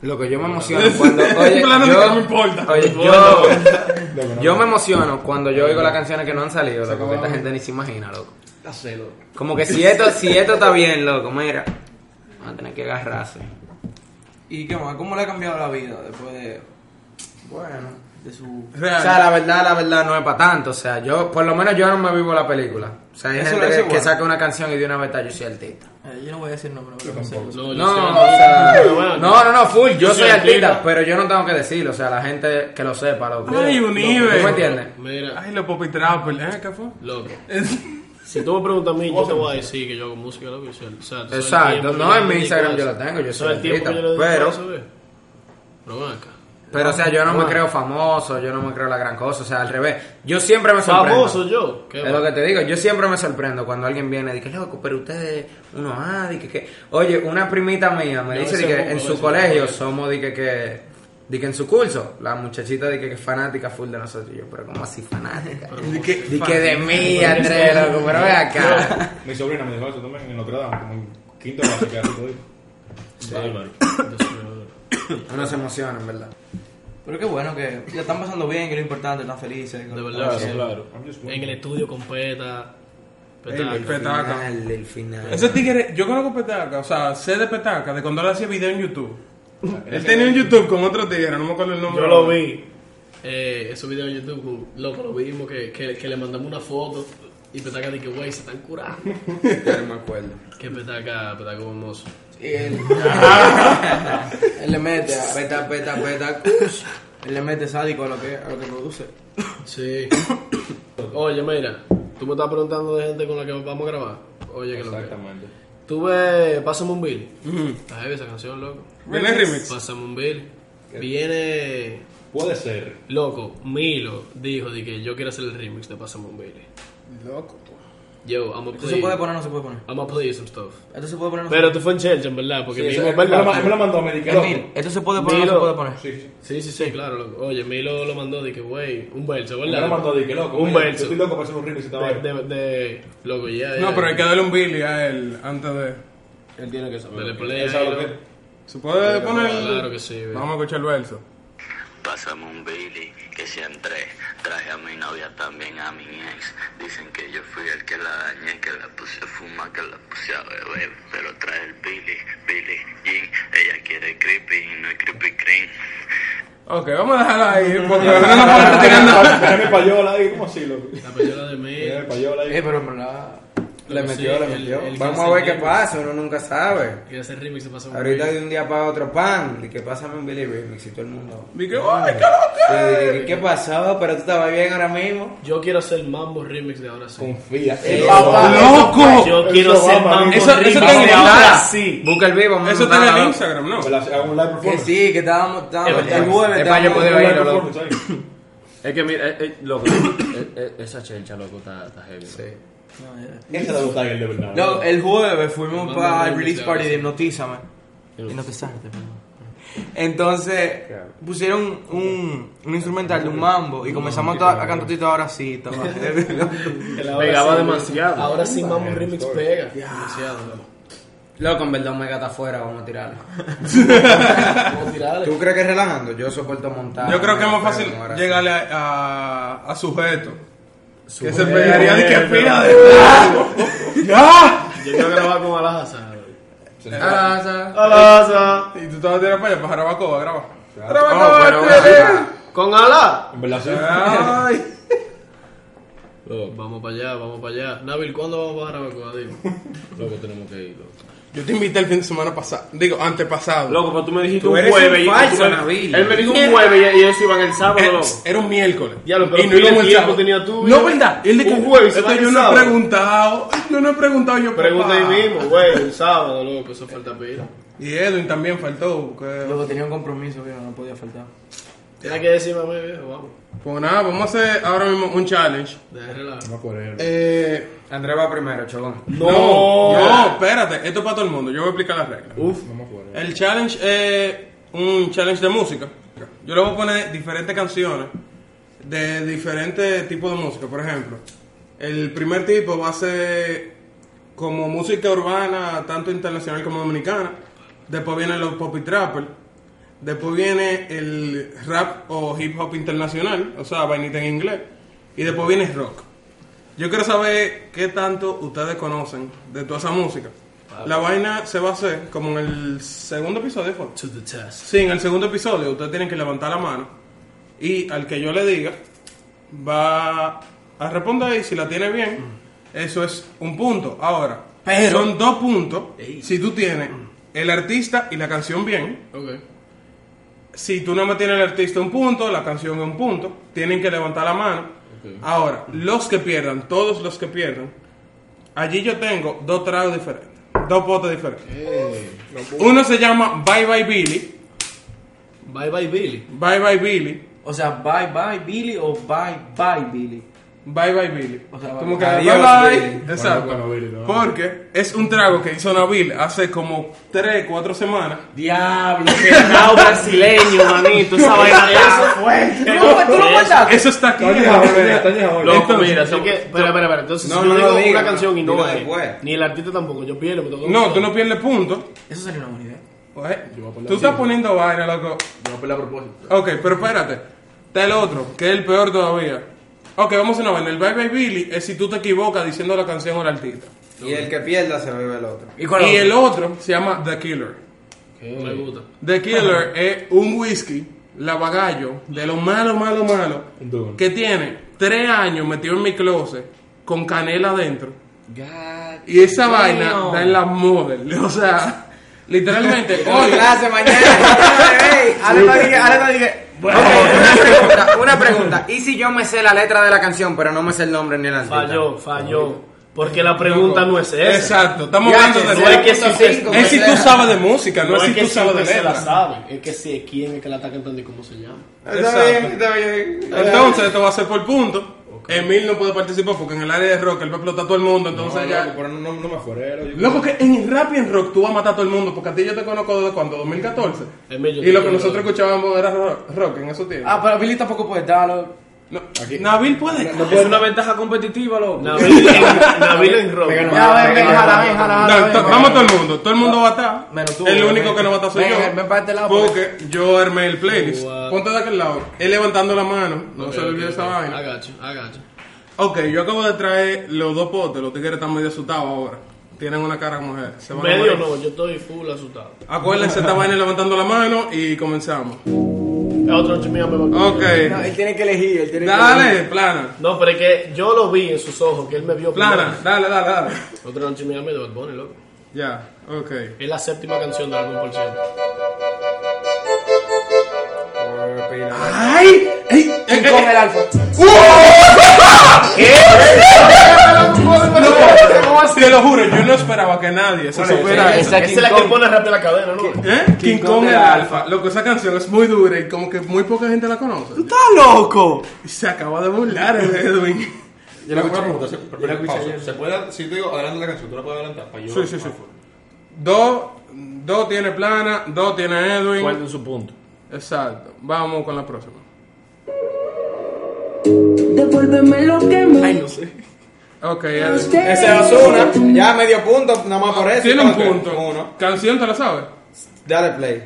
D: Lo que yo me emociono cuando. Oye,
A: En plan,
D: yo,
A: no me importa.
D: Oye,
A: No
D: yo,
F: Loco, no.
D: yo me emociono cuando yo oigo las canciones que no han salido, loco. Que esta gente ni se imagina, loco. Como que si esto, si esto está bien, loco, mira. Van a tener que agarrarse.
E: ¿Y qué más? ¿Cómo le ha cambiado la vida después de. Bueno, de su.
D: O sea, la verdad, la verdad no es para tanto. O sea, yo, por lo menos yo no me vivo la película. O sea, hay
E: Eso-
D: gente
E: eso
D: que,
E: es
D: que
E: bueno.
D: saca una canción y de una vez está, yo soy artista.
E: Eh, yo no voy a decir nombre, pero no sé.
B: No, yo
D: No,
B: sé,
D: o
B: no,
D: sea,
B: pero bueno,
D: no, no, no, full, yo,
B: yo
D: soy
B: soy
D: artista,
B: artista.
D: pero yo no tengo que decirlo, o sea, la gente que lo sepa, loco.
A: Ay,
D: ¿Tú
A: Unive.
D: me entiendes?
B: Mira,
A: Ay, los Poppy Trappers, ¿eh? ¿Qué fue?
B: loco. Si tú me preguntas a mí, yo te voy a decir que yo hago música, loco. y soy- O sea, tú sabes el
D: Exacto,
B: tiempo
D: no,
B: que
D: en mi
B: le dedico a
D: Instagram
B: eso.
D: yo lo tengo, yo
B: Tú
D: soy
B: sabes el tiempo
D: artista,
B: que yo le dedico a
D: pero-
B: eso, ve. Pero ven acá.
D: Pero, o sea, yo no me creo famoso, yo no me creo la gran cosa, o sea, al revés. Yo siempre me sorprendo.
B: Famoso yo. Qué
D: Es lo que te digo, yo siempre me sorprendo cuando alguien viene y dice, loco, pero ustedes, uno, ah, di que, que... Oye, una primita mía me
B: Yo
D: dice
B: ese
D: di que
B: poco,
D: en
B: yo
D: su
B: ese
D: colegio
B: poco.
D: somos, di que, que, di que en su curso, la muchachita di que, que es fanática full de nosotros, Y yo, pero ¿cómo así fanática? Di que, di que de mí, Andrés, loco, pero ve acá.
F: Mi sobrina me dijo eso también en Notre Dame, como en quinto básico. así todo.
B: Bárbaro.
D: Uno se emociona, en verdad.
E: Pero qué bueno que la están pasando bien, que lo importante, están felices.
B: De verdad, sí.
F: Claro. I'm just
B: En el
F: wondering.
B: estudio con Peta. Petaca.
A: El petaca.
D: Final, el final.
A: Ese tigre, yo conozco petaca, o sea, sé de petaca, de cuando él hacía video en YouTube. Él tenía un YouTube con otro tigre, no me acuerdo el nombre.
B: Yo lo vi. Eh, esos videos en YouTube, loco, lo vimos, que, que, que le mandamos una foto y Petaca dice, güey, se están curando.
D: Yo no me acuerdo.
B: que Petaca, Petaca es hermoso.
E: Y él, él le mete a peta, peta, peta, cush. Él le mete sádico a lo que, a lo que produce.
B: Sí. Oye, mira, tú me estás preguntando de gente con la que vamos a grabar. Oye, que lo que.
F: Exactamente.
B: Tú ves Pásame un Bill. Está heavy esa canción, loco.
A: ¿Viene el remix?
B: Pásame un Bill. Viene,
F: Puede ser.
B: loco, Milo dijo de que yo quiero hacer el remix de Pásame un Bill.
A: Loco.
B: Yo, I'm a
E: ¿Esto se puede
B: play.
E: poner o no se puede poner?
B: I'm a play you some stuff.
E: ¿Esto se puede poner o no se
B: Pero tú fue en Church, en verdad, porque
F: Sí,
B: Milo,
F: él me
B: ¿verdad?
F: lo ma- él me lo mandó a medicar.
E: puede poner? Emil, ¿esto se puede poner o no se
B: Milo.
E: puede poner?
F: Sí, sí.
B: Sí, sí, sí, claro. Loco. Oye, Milo lo mandó de que, güey, un verso,
F: Me
B: ¿verdad?
F: lo mandó de que loco.
B: Un
F: mira, yo
B: verso.
F: Estoy loco para hacer un remix y estaba
B: De, de, de- loco, ya.
A: No, pero hay que darle un Billy a él antes de.
F: Él tiene que saber.
B: Dale play,
F: Él sabe lo
B: ¿no?
F: que es.
A: ¿Se puede poner? el-
B: Claro que sí, ve.
A: Vamos a escuchar el verso.
G: Pásame un Billy, que si entré, traje a mi novia también a mi ex. Dicen que yo fui el que la dañé, que la puse a fumar, que la puse a beber. Pero trae el Billy, Billy Jean. Ella quiere creepy y no es creepy cream.
A: Ok, vamos a dejarlo ahí, porque no nos vamos a estar tirando.
F: Déjame payola ahí, ¿cómo así, loco?
B: La película de Milo.
F: Déjame payola ahí.
I: Eh, pero en verdad. Le
B: Sí,
I: metió, le
B: el-
I: metió.
B: el
I: Vamos
B: que
I: a
B: hace
I: ver qué
B: remix.
I: pasa, uno nunca sabe.
B: Que ese remix se pasa un
I: Ahorita
B: Bill.
I: de un día para otro, pan, y que pásame un Billy Remix y todo el mundo.
A: Dije, ¡ay, qué loco!
I: Sí, ¿Qué pasó? Pero tú estabas bien ahora mismo.
B: Yo quiero hacer mambo remix de ahora sí.
F: Confía.
C: Eh,
A: ¡Loco!
B: Yo quiero
F: Eso va,
B: ser
F: mami.
B: mambo
A: Eso-
B: remix
A: eso
B: de
A: tengo-
B: ahora
A: Nada.
B: sí.
D: Busca el vivo,
A: Eso
D: manda,
A: está en el
D: loco.
A: Instagram, ¿no?
F: Hago un live
E: Que
F: performance.
E: sí, que estábamos, estábamos
D: Es
E: el jueves.
D: para yo
E: estábamos-
D: poder
F: Un live
D: oírlo, loco.
F: performance ahí.
C: Es que mira, eh, eh, loco, eh, eh, esa chelcha, loco, está, está heavy. loco.
E: No, ya.
F: Ese de los Tigers de verdad.
E: No, el jueves fuimos
B: Manda
E: para el
B: remix,
E: release
B: ya,
E: party
B: sí.
E: de Hipnotízame. Hipnotizarte, perdón. Entonces, pusieron un, un instrumental de un mambo y comenzamos toda- a cantar todo ahora sí. todo.
B: El ahora
C: Pegaba
B: sí,
C: demasiado.
B: Ahora sí mambo remix pega. Demasiado. loco.
D: Loco, en verdad, Omega está afuera, vamos a tirarlo.
B: Vamos a tirarle.
D: ¿Tú crees que es relajando? Yo soporto montar.
A: Yo creo que es más fácil
D: Ahora sí.
A: llegarle a, a, a sujeto. Que se
D: Sujeto.
A: pegaría de que pila de.
C: Ah.
A: ¡Ya!
B: Yo quiero grabar con Alajaza.
D: Ah, o sea,
B: Alajaza.
A: Y tú te vas a tirar para allá, para Jarabacoa, graba.
D: Oh,
A: ¡Jarabacoa,
D: pero
A: tú
D: bueno,
A: eres!
B: Con Ala.
F: En verdad sí.
A: ¡Ay!
C: Loco,
B: Vamos para allá, vamos para allá. Nabil, ¿cuándo vamos a Jarabacoa? Dime.
C: loco, tenemos que ir, loco.
A: Yo te invité el fin de semana pasado. Digo, antepasado.
C: Loco, pero tú me dijiste
D: Tú
C: un
D: eres un
C: jueves. y-
D: falso,
C: tú me-
D: Nabil.
C: Él me dijo un jueves y y ellos iban el sábado,
A: Era,
C: loco.
A: Eh, era un miércoles.
C: Ya lo- pero
A: y no
C: ¿qué
A: íbamos el
C: tiempo
A: sábado.
C: tenías tú,
A: No,
C: yo?
A: verdad. Él de que
C: Un jueves,
A: es que
C: ¿sabes
A: yo
C: el
A: no he
C: sábado?
A: preguntado. Ay, Yo no he preguntado yo.
B: Pregunta ahí
A: papá.
B: mismo, güey. El sábado, loco. Eso falta pila.
A: Y Edwin también faltó. que-
E: Luego tenía un compromiso, viejo, no podía faltar.
B: Tienes que decirme a mí, viejo. Vamos.
A: Pues nada, vamos a hacer ahora mismo un challenge.
B: Deja relajo.
F: No me acuerdo.
A: Eh,
D: Andrés va primero, chogón.
A: no, no, espérate. Esto es para todo el mundo. Yo voy a explicar las reglas.
F: Uf. No me
C: eh,
F: acuerdo.
A: El challenge es un challenge de música. Yo le voy a poner diferentes canciones de diferentes tipos de música. Por ejemplo, el primer tipo va a ser como música urbana, tanto internacional como dominicana. Después vienen los pop y trapper. Después viene el rap o hip hop internacional, o sea, vainita en inglés. Y después viene el rock. Yo quiero saber qué tanto ustedes conocen de toda esa música. La vaina se va a hacer como en el segundo episodio. ¿fue?
B: To the test.
A: Sí, en el segundo episodio ustedes tienen que levantar la mano y al que yo le diga va a responder y si la tiene bien,
B: Mm.
A: eso es un punto. Ahora,
K: Pero-
A: son dos puntos
B: Ey.
A: si tú tienes el artista y la canción bien.
B: Ok.
A: Si tú no me tienes el artista un punto, la canción un punto, tienen que levantar la mano. Ahora, los que pierdan, todos los que pierdan, allí yo tengo dos tragos diferentes, dos potes diferentes. Uno se llama Bye Bye Billy,
B: Bye bye Billy.
A: Bye Bye Billy,
K: O sea, bye bye Billy o bye bye Billy.
A: Bye Bye Billy.
K: O sea,
A: Como que
D: adiós,
A: bye bye.
D: Billy.
A: Exacto.
C: Bueno, bueno, Billy, no.
A: Porque es un trago que hizo Nabil hace como 3, 4 semanas.
L: Diablo, pecado brasileño, manito. Esa vaina
K: ¿Tú lo- tú lo mandaste?
A: Eso está aquí.
C: Toño,
A: Gabriel.
C: Toño, Toño, Toño.
A: Entonces,
B: Loco, mira, así que. Espera, espera, espera. Entonces,
D: No,
B: si yo
D: no lo
B: digo
D: diga,
B: una canción y
D: dilo
B: no es.
D: después.
B: Ni el artista tampoco, yo pierdo. pues, porque tengo
A: No,
B: que-
A: tú no pierdes puntos.
K: Eso sería una buena idea.
A: Oye,
C: Yo voy a poner
A: Tú
C: la
A: estás
C: misma.
A: poniendo vaina, loco.
C: No, por la propósito.
A: Ok, pero espérate. Está el otro, que es el peor todavía. Ok, vamos a una vaina. El Bye Bye Billy es si tú te equivocas diciendo la canción o el artista.
D: Y el que pierda se bebe el otro.
K: ¿Y
A: Y el otro se llama The Killer.
B: Me gusta.
A: The Killer es un whisky lavagallo de lo malo, malo, malo
C: Un duro.
A: que tiene tres años metido en mi closet con canela adentro. Y esa vaina da en las models. O sea, literalmente, hoy.
K: Clase mañana.
D: Ahora no dije, ahora no dije. una pregunta, una pregunta. ¿Y si yo me sé la letra de la canción, pero no me sé el nombre ni el artista?
B: Falló, falló. Porque la pregunta no es esa.
A: Exacto, estamos
D: Ya,
A: hablando
D: que
A: de
B: no es que si se-
D: cinco,
A: Es
D: que
A: si
D: sea.
A: tú sabes de música, no,
B: No
A: es si
B: que
A: tú sabes de
B: siempre se la
A: letra.
B: sabe. Es que sé quién es que la está cantando y cómo se llama.
D: Está bien, está bien.
A: Entonces, esto va a ser por punto. Emil no puede participar porque en el área de rock él va a explotar a todo el mundo. Entonces,
C: No,
A: ya.
C: loco, pero no, no, no me forero. yo-
A: Loco, que en rap y en rock tú vas a matar a todo el mundo, porque a ti yo te conozco desde cuando, 2014.
B: Emilio,
A: y
B: te
A: lo que
B: quiero,
A: nosotros
B: brother.
A: escuchábamos era rock, rock en esos tiempos.
K: Ah, pero Billy tampoco puede darlo.
A: No, Nabil puede.
L: Es una ventaja competitiva, loco.
B: Nabil Nabil en rock.
K: Ya, ven, ven, jala, ven, jala,
A: No,
K: jala, ven,
A: to-
K: ven.
A: vamos todo el mundo, todo el mundo va a estar.
K: Menos tú,
A: el
K: ven,
A: único
K: ven.
A: que no va a estar soy
K: Ven,
A: yo.
K: ven, ven para este lado,
A: Porque yo armé el playlist.
B: What?
A: Ponte de aquel lado. Él levantando la mano. No
B: ah. Ok,
A: se le olvide
B: ok,
A: esa
B: ok.
A: vaina.
B: Agacho, agacho.
A: Ok, yo acabo de traer los dos potes. Los tigres están medio asustados ahora. Tienen una cara de mujer. Se van a
B: Medio
A: morir.
B: no, yo estoy full asustado.
A: Acuérdense, esta vaina levantando la mano y comenzamos.
B: El otro ocho mío me va a
A: Ok.
K: Él tiene que elegir, él tiene
A: Dale, plana.
B: No, pero es que yo lo vi en sus ojos, que él me vio.
A: Plana, dale, dale, dale.
B: Otra noche me llamé de Bad Bunny, loco.
A: Ya, ok.
B: Es la séptima canción de álbum por ciento.
A: ¡Ay! ¡Ey! ey, ¡Uh!
K: que
A: ey,
K: coger
A: ey.
K: el alfa.
A: Loco, Te lo juro, yo no esperaba que nadie se supiera eso.
B: Esa es la que pone rap de la cadena, ¿no?
A: ¿Eh? King, Kong, el alfa. Loco, esa canción es muy dura y como que muy poca gente la conoce.
K: ¡Está loco!
A: Y Se acaba de burlar el Edwin.
C: Yo le voy a preguntar, se- primera pausa. ¿Se puede, si te digo, adelante la canción, tú la puedes adelantar? Para yo,
A: Sí, sí, sí. Dos, dos tiene plana, dos tiene Edwin.
L: Cuenten su punto.
A: Exacto. Vamos con la próxima.
G: Devuélveme lo que me
B: Ay, no sé.
A: Ok, Edwin.
G: Ese
D: Ese es una. Ya medio punto, nada más por eso.
A: Tiene un
D: Ok,
A: punto.
D: Uno.
A: Canción te la sabes.
D: Dale play.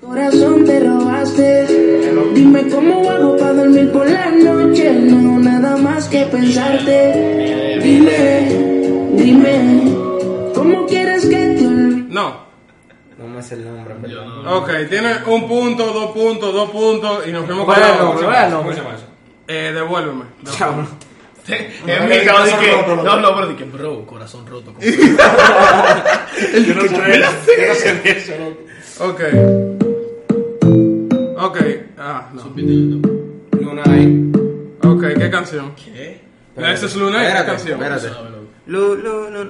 G: Corazón te robaste. Dime cómo hago para dormir por la noche. No, nada más que pensarte. Dime, dime, ¿cómo quieres que te olvide?
A: No.
D: No me sé el nombre, perdón.
A: Ok, tiene un punto, dos puntos, dos puntos y nos fuimos con
K: ¿Cuál es
A: la
K: el nombre?
A: próxima.
K: ¿Cuál es el
C: ¿Cómo
K: nombre?
C: se llama eso?
A: Eh, devuélveme.
B: Es mi cabrón, di que- No, no, pero dije, bro, corazón roto. con-
C: Yo no sé, yo no sé de eso, loco.
A: Ok. Ok. Ah, no.
D: Luna ahí.
A: Ok, ¿qué canción? ¿Qué? Esa es Luna, ¿qué
D: Espérate,
A: canción?
D: espérate. Lu, lu, lu.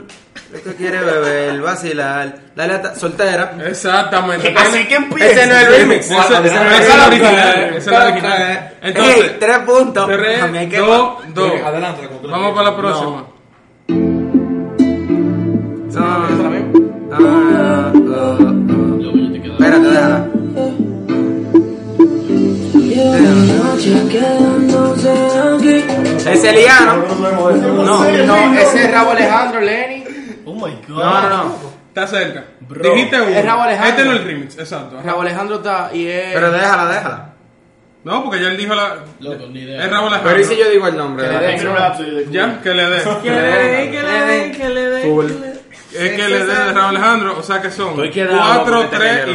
D: Lo que quiere beber, vacilar. La lata soltera.
A: Exactamente.
B: Así que empieza.
D: Ese no es el remix.
A: Ese-
D: Ese
A: esa
D: no
A: es la
D: el
A: original,
D: remix.
A: esa es la original. Entonces,
D: Ey, tres puntos. Déjame
A: Tres,
D: que-
A: dos, dos.
C: Adelante, como tú la
A: Vamos
C: quieras.
A: para la próxima.
D: Ah, ah, ah, ah.
B: Luego yo te quedo.
D: Espérate, déjala.
G: Llevo una noche quedándose aquí.
D: Es Eliano. No, no, ese es Rabo Alejandro, Lenny.
B: Oh my god.
D: No, no, no.
A: Está cerca.
E: Bro.
A: Dijiste uno.
E: Es Raúl Alejandro.
A: Este no es el remix, exacto. ajá.
E: Raúl Alejandro está y es.
D: Pero déjala, déjala.
A: No, porque ya él dijo la.
B: Loco, ni idea.
A: Es Raúl Alejandro.
D: Pero ¿y si yo digo el nombre?
E: Que le
D: ¿verdad?
E: den,
H: Es un lapso yo de-
A: Ya, que le dé.
E: Que le den, que le den, que le den.
D: Full.
E: que le den.
A: Es que le dé de Raúl Alejandro, o sea que son
C: Estoy quedado, porque
A: 4,
C: te
A: 3 y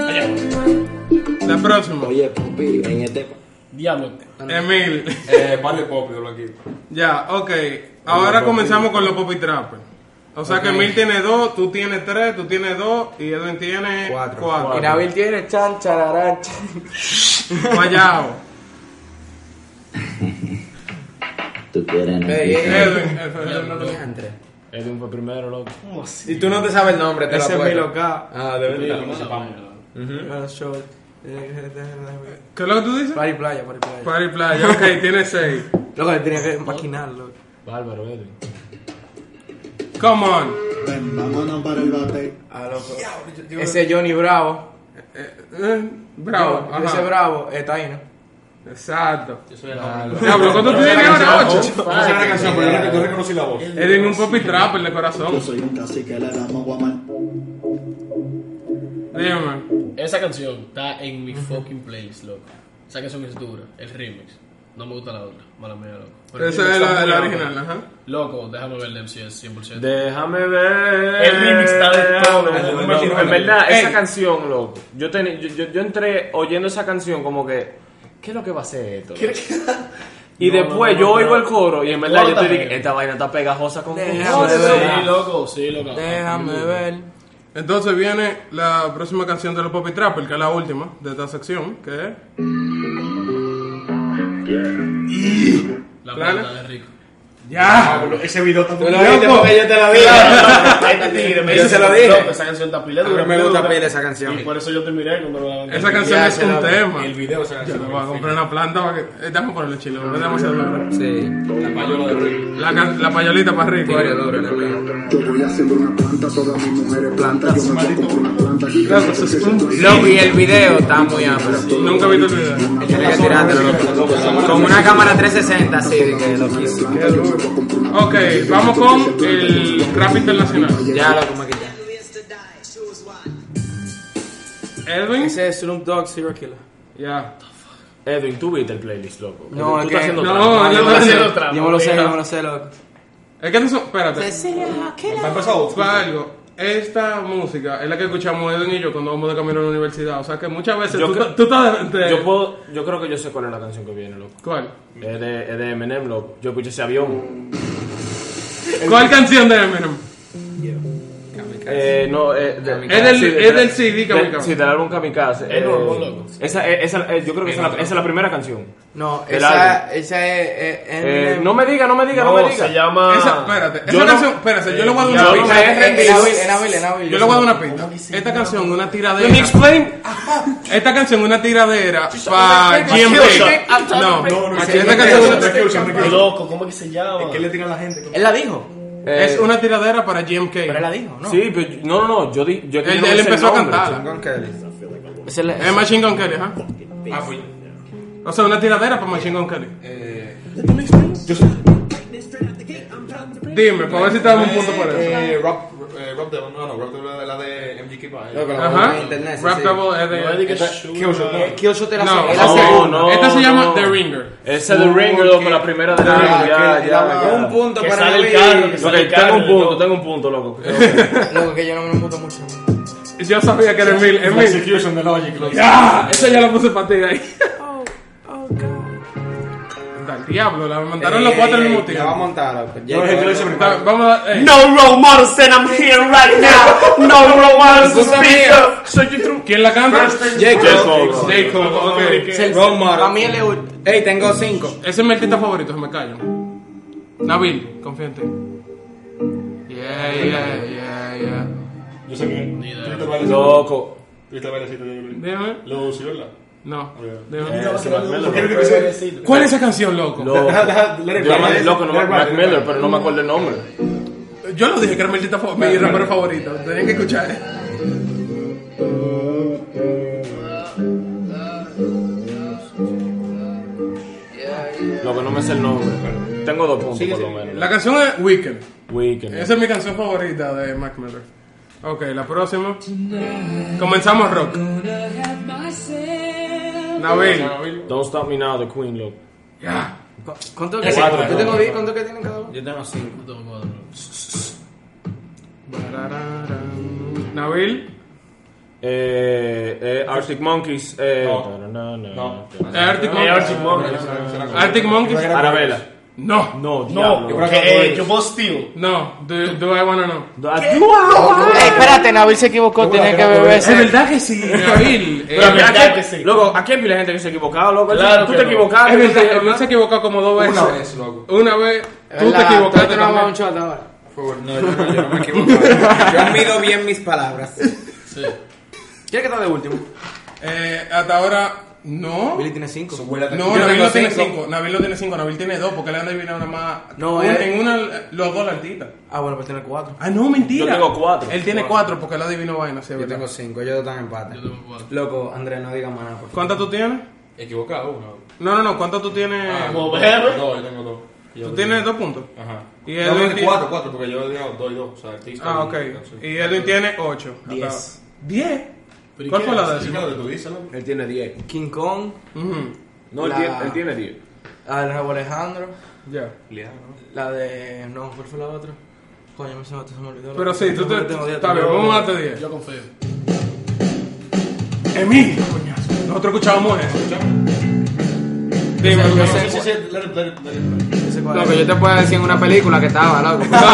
C: tenía
A: 2. La próxima.
G: Oye, Pupi, en este.
B: Diablo.
A: Emil.
F: Eh, Barrio Pop, de Blanquito.
A: Ya, ok. Ahora comenzamos con los Poppy Trappers. O sea que Emil tiene 2, tú tienes 3, tú tienes 2 y Edwin tiene
D: Cuatro.
A: 4.
E: Y Nabil tiene chan, chararán, chan.
A: Guayao.
G: Tú quieres.
A: Edwin, eh, Edwin, no lo-
C: Edwin fue primero, loco.
B: ¿Cómo así?
D: Y tú no te sabes el nombre, te
C: Ese
D: lo
C: es
D: apuesto.
C: Milo K.
D: Ah, de verdad.
E: Pero short.
A: ¿Qué es lo que tú dices?
E: Party playa, party playa.
A: Party Playa, ok, tiene 6.
E: Loco, le tenía que maquinarlo.
C: Bárbaro, Edwin.
A: Come on.
H: Ven, vámonos para el bate.
E: Ese Johnny Bravo.
A: Eh, eh, bravo.
E: Yo- Ese
A: Ajá.
E: Bravo es Taino.
A: Exacto.
B: Yo soy el hombre.
A: Diablo, ¿cuánto tú tienes ahora? 8.
F: No sé la canción, pero yo rec- yo reconocí la voz.
A: Edwin, un Poppy Trapper de
H: Yo
A: corazón.
H: soy un cacique, le damos guamal.
A: Dime.
B: Esa canción está en mi fucking playlist, loco. Esa canción es dura, el remix. No me gusta la otra, mala mía, loco. Pero el
A: Esa
B: remix
A: es
B: está
A: la,
B: muy
A: la
B: bueno.
A: original, ajá.
B: Loco, déjame ver el si es 100%.
C: Déjame ver.
B: El remix está de todo.
C: No,
B: No, no,
C: en
B: no.
C: verdad, esa
A: Ey.
C: canción, loco. Yo, teni- yo, yo, yo entré oyendo esa canción como que, ¿qué es lo que va a ser esto? loco? Y
B: No,
C: después
B: no, no,
C: yo
B: no.
C: oigo el coro y en verdad yo
B: Córtame.
C: te dije, esta vaina está pegajosa con
E: Déjame
C: cojones,
E: ver.
C: loco.
B: Sí, loco, sí, loco.
E: Déjame ver.
A: Entonces viene la próxima canción de los Poppy Trapper, que es la última de esta sección, que es...
B: La
A: Plana.
B: plata de rico.
A: ¡Ya!
F: Ah, Ese video está
D: Tú lo viste porque yo te la vi. Yo se lo dije.
B: Esa canción está pila dura.
D: A mí me gusta
B: dura.
D: pila esa canción.
B: Y por eso yo te miré cuando la levanté.
A: Esa canción
D: Ya,
A: es
D: se
A: un
D: la-
A: tema.
F: El video, esa
A: Yo me
F: canción.
A: voy a comprar una planta para que... eh, Déjame ponerle chile, hombre, déjame hacerlo.
D: Sí.
F: La payola de Rick.
A: La, can- la payolita para rico.
D: Gloria, gloria, gloria.
H: Yo voy a hacer una planta, todas mis mujeres plantas. Yo me voy a comprar una planta
A: Claro, eso es un-
D: Loco, y el video está muy amplio.
A: Nunca he visto el video.
D: Tienes que tirártelo, loco. Con una cámara 360, así, de que loquísimo.
A: Ok, vamos con el rap internacional.
D: Ya, loco, maquilla.
A: Edwin.
E: Ese es Snoop Dogg Zero Killer.
A: Ya.
C: Edwin, tú viste el playlist, loco.
E: No,
C: Edwin,
E: es
C: tú
E: que-
C: estás haciendo
A: no,
C: trampa.
A: yo no-
E: Yo me lo sé, yo me lo sé, loco.
A: Es que no son... Espérate.
F: Está empezado.
A: Para algo. Esta música es la que escuchamos Edwin y yo cuando vamos de camino a la universidad. O sea que muchas veces
C: Yo
A: tú,
C: que-
A: tú estás... de-
C: Yo puedo, yo creo que yo sé cuál es la canción que viene, loco.
A: ¿Cuál?
C: Es de, es de Eminem, loco. Yo escuché ese avión.
A: ¿Cuál canción de Eminem?
C: Eh, no, eh, de-
A: Es del-
C: sí, de-
A: es del CD Kamikaze.
C: Sí, del álbum Kamikaze.
B: Es
C: Eh,
B: nuevo, loco.
C: Esa, eh, esa, eh, yo creo que esa es la- esa es la primera canción.
E: No,
C: El
E: esa,
C: álbum.
E: esa es. es-
C: Eh,
E: es-
C: no me diga, no me diga, no, me diga.
B: se llama.
A: Esa, espérate, esa
C: yo no-
A: canción, espérate, yo le voy a
C: ya
A: dar
C: lo
A: una
C: me he
A: pista.
E: Es Nabil, es Nabil, es Nabil.
A: Yo le voy a dar una pista. Esta canción es una
C: Let me
A: tiradera.
C: explain.
A: Esta canción es una tiradera
I: Ah,
A: para
E: explain- I'm
A: GMP.
E: trying to
A: No,
E: explain-
A: no, esta canción es una-
B: Loco, ¿cómo es que se llama?
F: ¿Qué le tiran a la gente?
E: Él la dijo.
A: es una tiradera para GMK.
E: Pero él la dijo, ¿no?
C: Eh, Sí, pero yo- no, no, no, yo di, yo que
A: Él,
C: yo no
A: él
C: sé el
A: empezó a
C: nombre.
A: cantarla.
E: Esa es la-
A: Es Machine Gun Kelly, ajá.
F: Ah, pues.
A: O sea, una tiradera para Machine Gun Kelly. Dime, para ver si te damos un punto por eso.
F: Eh, Rock, eh, Rock Devil, no, no, Rock Devil es la de MGK. Bye.
A: Ajá.
I: Internet, sí,
A: Rap
I: sí.
A: Double es de-
B: No es de que
E: Eh, Killshot te la
A: No,
E: hace- él
A: no,
E: hace-
A: no, Esta se llama The Ringer.
C: Ese de Ringer, loco, la primera de la
I: Ah,
C: ya,
I: que-
C: ya, ya.
I: Un punto
B: Que
I: para
B: sale el
I: Nabil.
B: carro, que
C: Ok,
B: sale el carro.
C: tengo un punto,
B: loco.
C: tengo un punto, loco.
E: Loco, que yo no me lo puto mucho.
A: Yo sabía que era Emil. Emil.
F: Execution de Logic. loco.
E: Eh,
A: ¡Ya! Esa ya la puse para ti ahí. Anda, el diablo, la mandaron
D: Eh,
A: los cuatro al mismo
I: Ya va a
A: tiempo.
I: montar, loco. Ya-
F: Yo dije que lo hice primero.
A: Va- Vamos a dar. eh,
C: role models and I'm here right now. No role models to speak up. So you through.
A: ¿Quién la canta? Jacob. Jacob, ok.
E: Es el-
I: Role model.
E: A mí él es.
I: Ey, tengo cinco.
A: Ese es mi artista favorito, se me callo. Nabil, confía en ti. Yeah, yeah, yeah, yeah.
F: Yo sé quién. Twitter bailecito.
C: Loco.
F: Twitter bailecito. yo creo.
A: Dígame.
F: Lo Cirola.
A: No.
F: Bien.
A: Dígame.
F: ¿Por qué no que se-
A: ¿Cuál es esa canción, loco?
C: Loco.
F: Deja- deja- let it
C: Yo
F: ride,
C: me-
F: let it-
C: loco, no
F: let
C: me
F: it
C: Mac
F: ride,
C: Miller,
F: let it
C: pero no me acuerdo el nombre.
A: Yo lo dije que era mi artista fa- mi rapero favorito. Tenían que escuchar. eh.
C: Loco, no me sé el nombre. Tengo dos puntos por lo menos.
A: La canción es Weekend.
C: Weekend.
A: Esa es mi canción favorita de Mac Miller. Ok, la próxima. Comenzamos rock. Nabil.
C: Don't Stop Me Now, The Queen, loco.
E: ¿Cu- ¿Cuánto que
C: Ese
E: cuatro,
C: cuatro.
E: Yo tengo diez, ¿Cuánto que tienen cada uno?
C: Yo tengo cinco.
B: Tengo cuatro.
A: Nabil.
C: Eh, eh, Arctic Monkeys. Eh,
F: No.
C: no, no.
F: No.
A: Arctic
C: Eh,
A: Monkeys.
C: Arctic Monkeys.
A: Arctic Monkeys.
C: Arabella.
A: Ah, No.
C: No,
F: No, yo creo que acabo de-
H: yo puedo Steel.
A: No. Do, do I wanna know?
E: espérate, Nabil se equivocó, tenía que beberse.
A: verdad que sí. Nabil. eh,
C: Pero mira,
H: verdad
C: aquí-
H: que sí.
C: Loco, aquí hay pila de gente que se ha equivocado, loco.
H: Claro
C: tú
H: que
C: te
H: no.
C: equivocaste.
A: es
C: tú te
A: verdad, Nabil se
C: equivocaste.
A: equivocó como dos veces.
F: Una vez, loco.
A: Una vez. Tú te equivocaste también.
F: No, yo no, yo no me equivoco.
I: Yo mido bien mis palabras.
B: Sí.
E: ¿Quién que está de último?
A: Eh, hasta ahora, no.
E: Billy tiene cinco.
A: No, Nabil no tiene 5. Nabil no tiene 5. Nabil tiene 2 porque le han adivinado nada más.
E: No,
A: Un-
E: eh.
A: en una, los dos la altita.
E: Ah, bueno, pues tiene cuatro.
A: Ah, no, mentira.
C: Yo tengo cuatro.
A: Él tiene 4 porque él adivinó vaina, sí,
I: Yo
A: es verdad.
I: tengo cinco, ellos están en empate.
B: Yo tengo cuatro.
I: Loco, Andrés, no digas más nada, por favor.
A: ¿Cuántas tú tienes?
F: Equivocado, uno.
A: No, no, no. ¿Cuántas tú tienes?
C: Ah,
B: Mover.
F: No, yo tengo dos.
A: tú tienes 2 puntos.
F: Ajá.
A: Y
F: No,
A: Edwin tiene-
F: cuatro, cuatro, porque yo he dejado dos y dos. O sea, artista.
A: Ah, ok. Y Edwin tiene 8.
E: Diez.
A: 10.
B: Pero ¿y
A: ¿Cuál
B: qué
A: fue la
B: haces?
A: décima?
F: tú dices, loco.
C: Él tiene 10.
E: King Kong,
A: Ujú,
C: No, él
E: La-
C: tiene- él tiene 10.
E: Alejandro Alejandro,
A: Ya.
E: la de... No, ¿cuál fue la otra? Coño, me se me, se me olvidó. la
A: Pero
E: otra.
A: sí, tú
E: Yo
A: te.
E: tengo diez,
A: Está bien,
E: tengo
A: vamos a
E: diez.
A: darte 10.
B: Yo confío.
A: Emilio, coñazo. Nosotros escuchábamos eso. Dime,
F: No,
A: Emilio.
F: sí, sí, sí, let it, let it, let it.
E: Ese cuál
D: Loco,
E: es.
D: yo te puedo decir en una película que estaba, loco.
E: pues.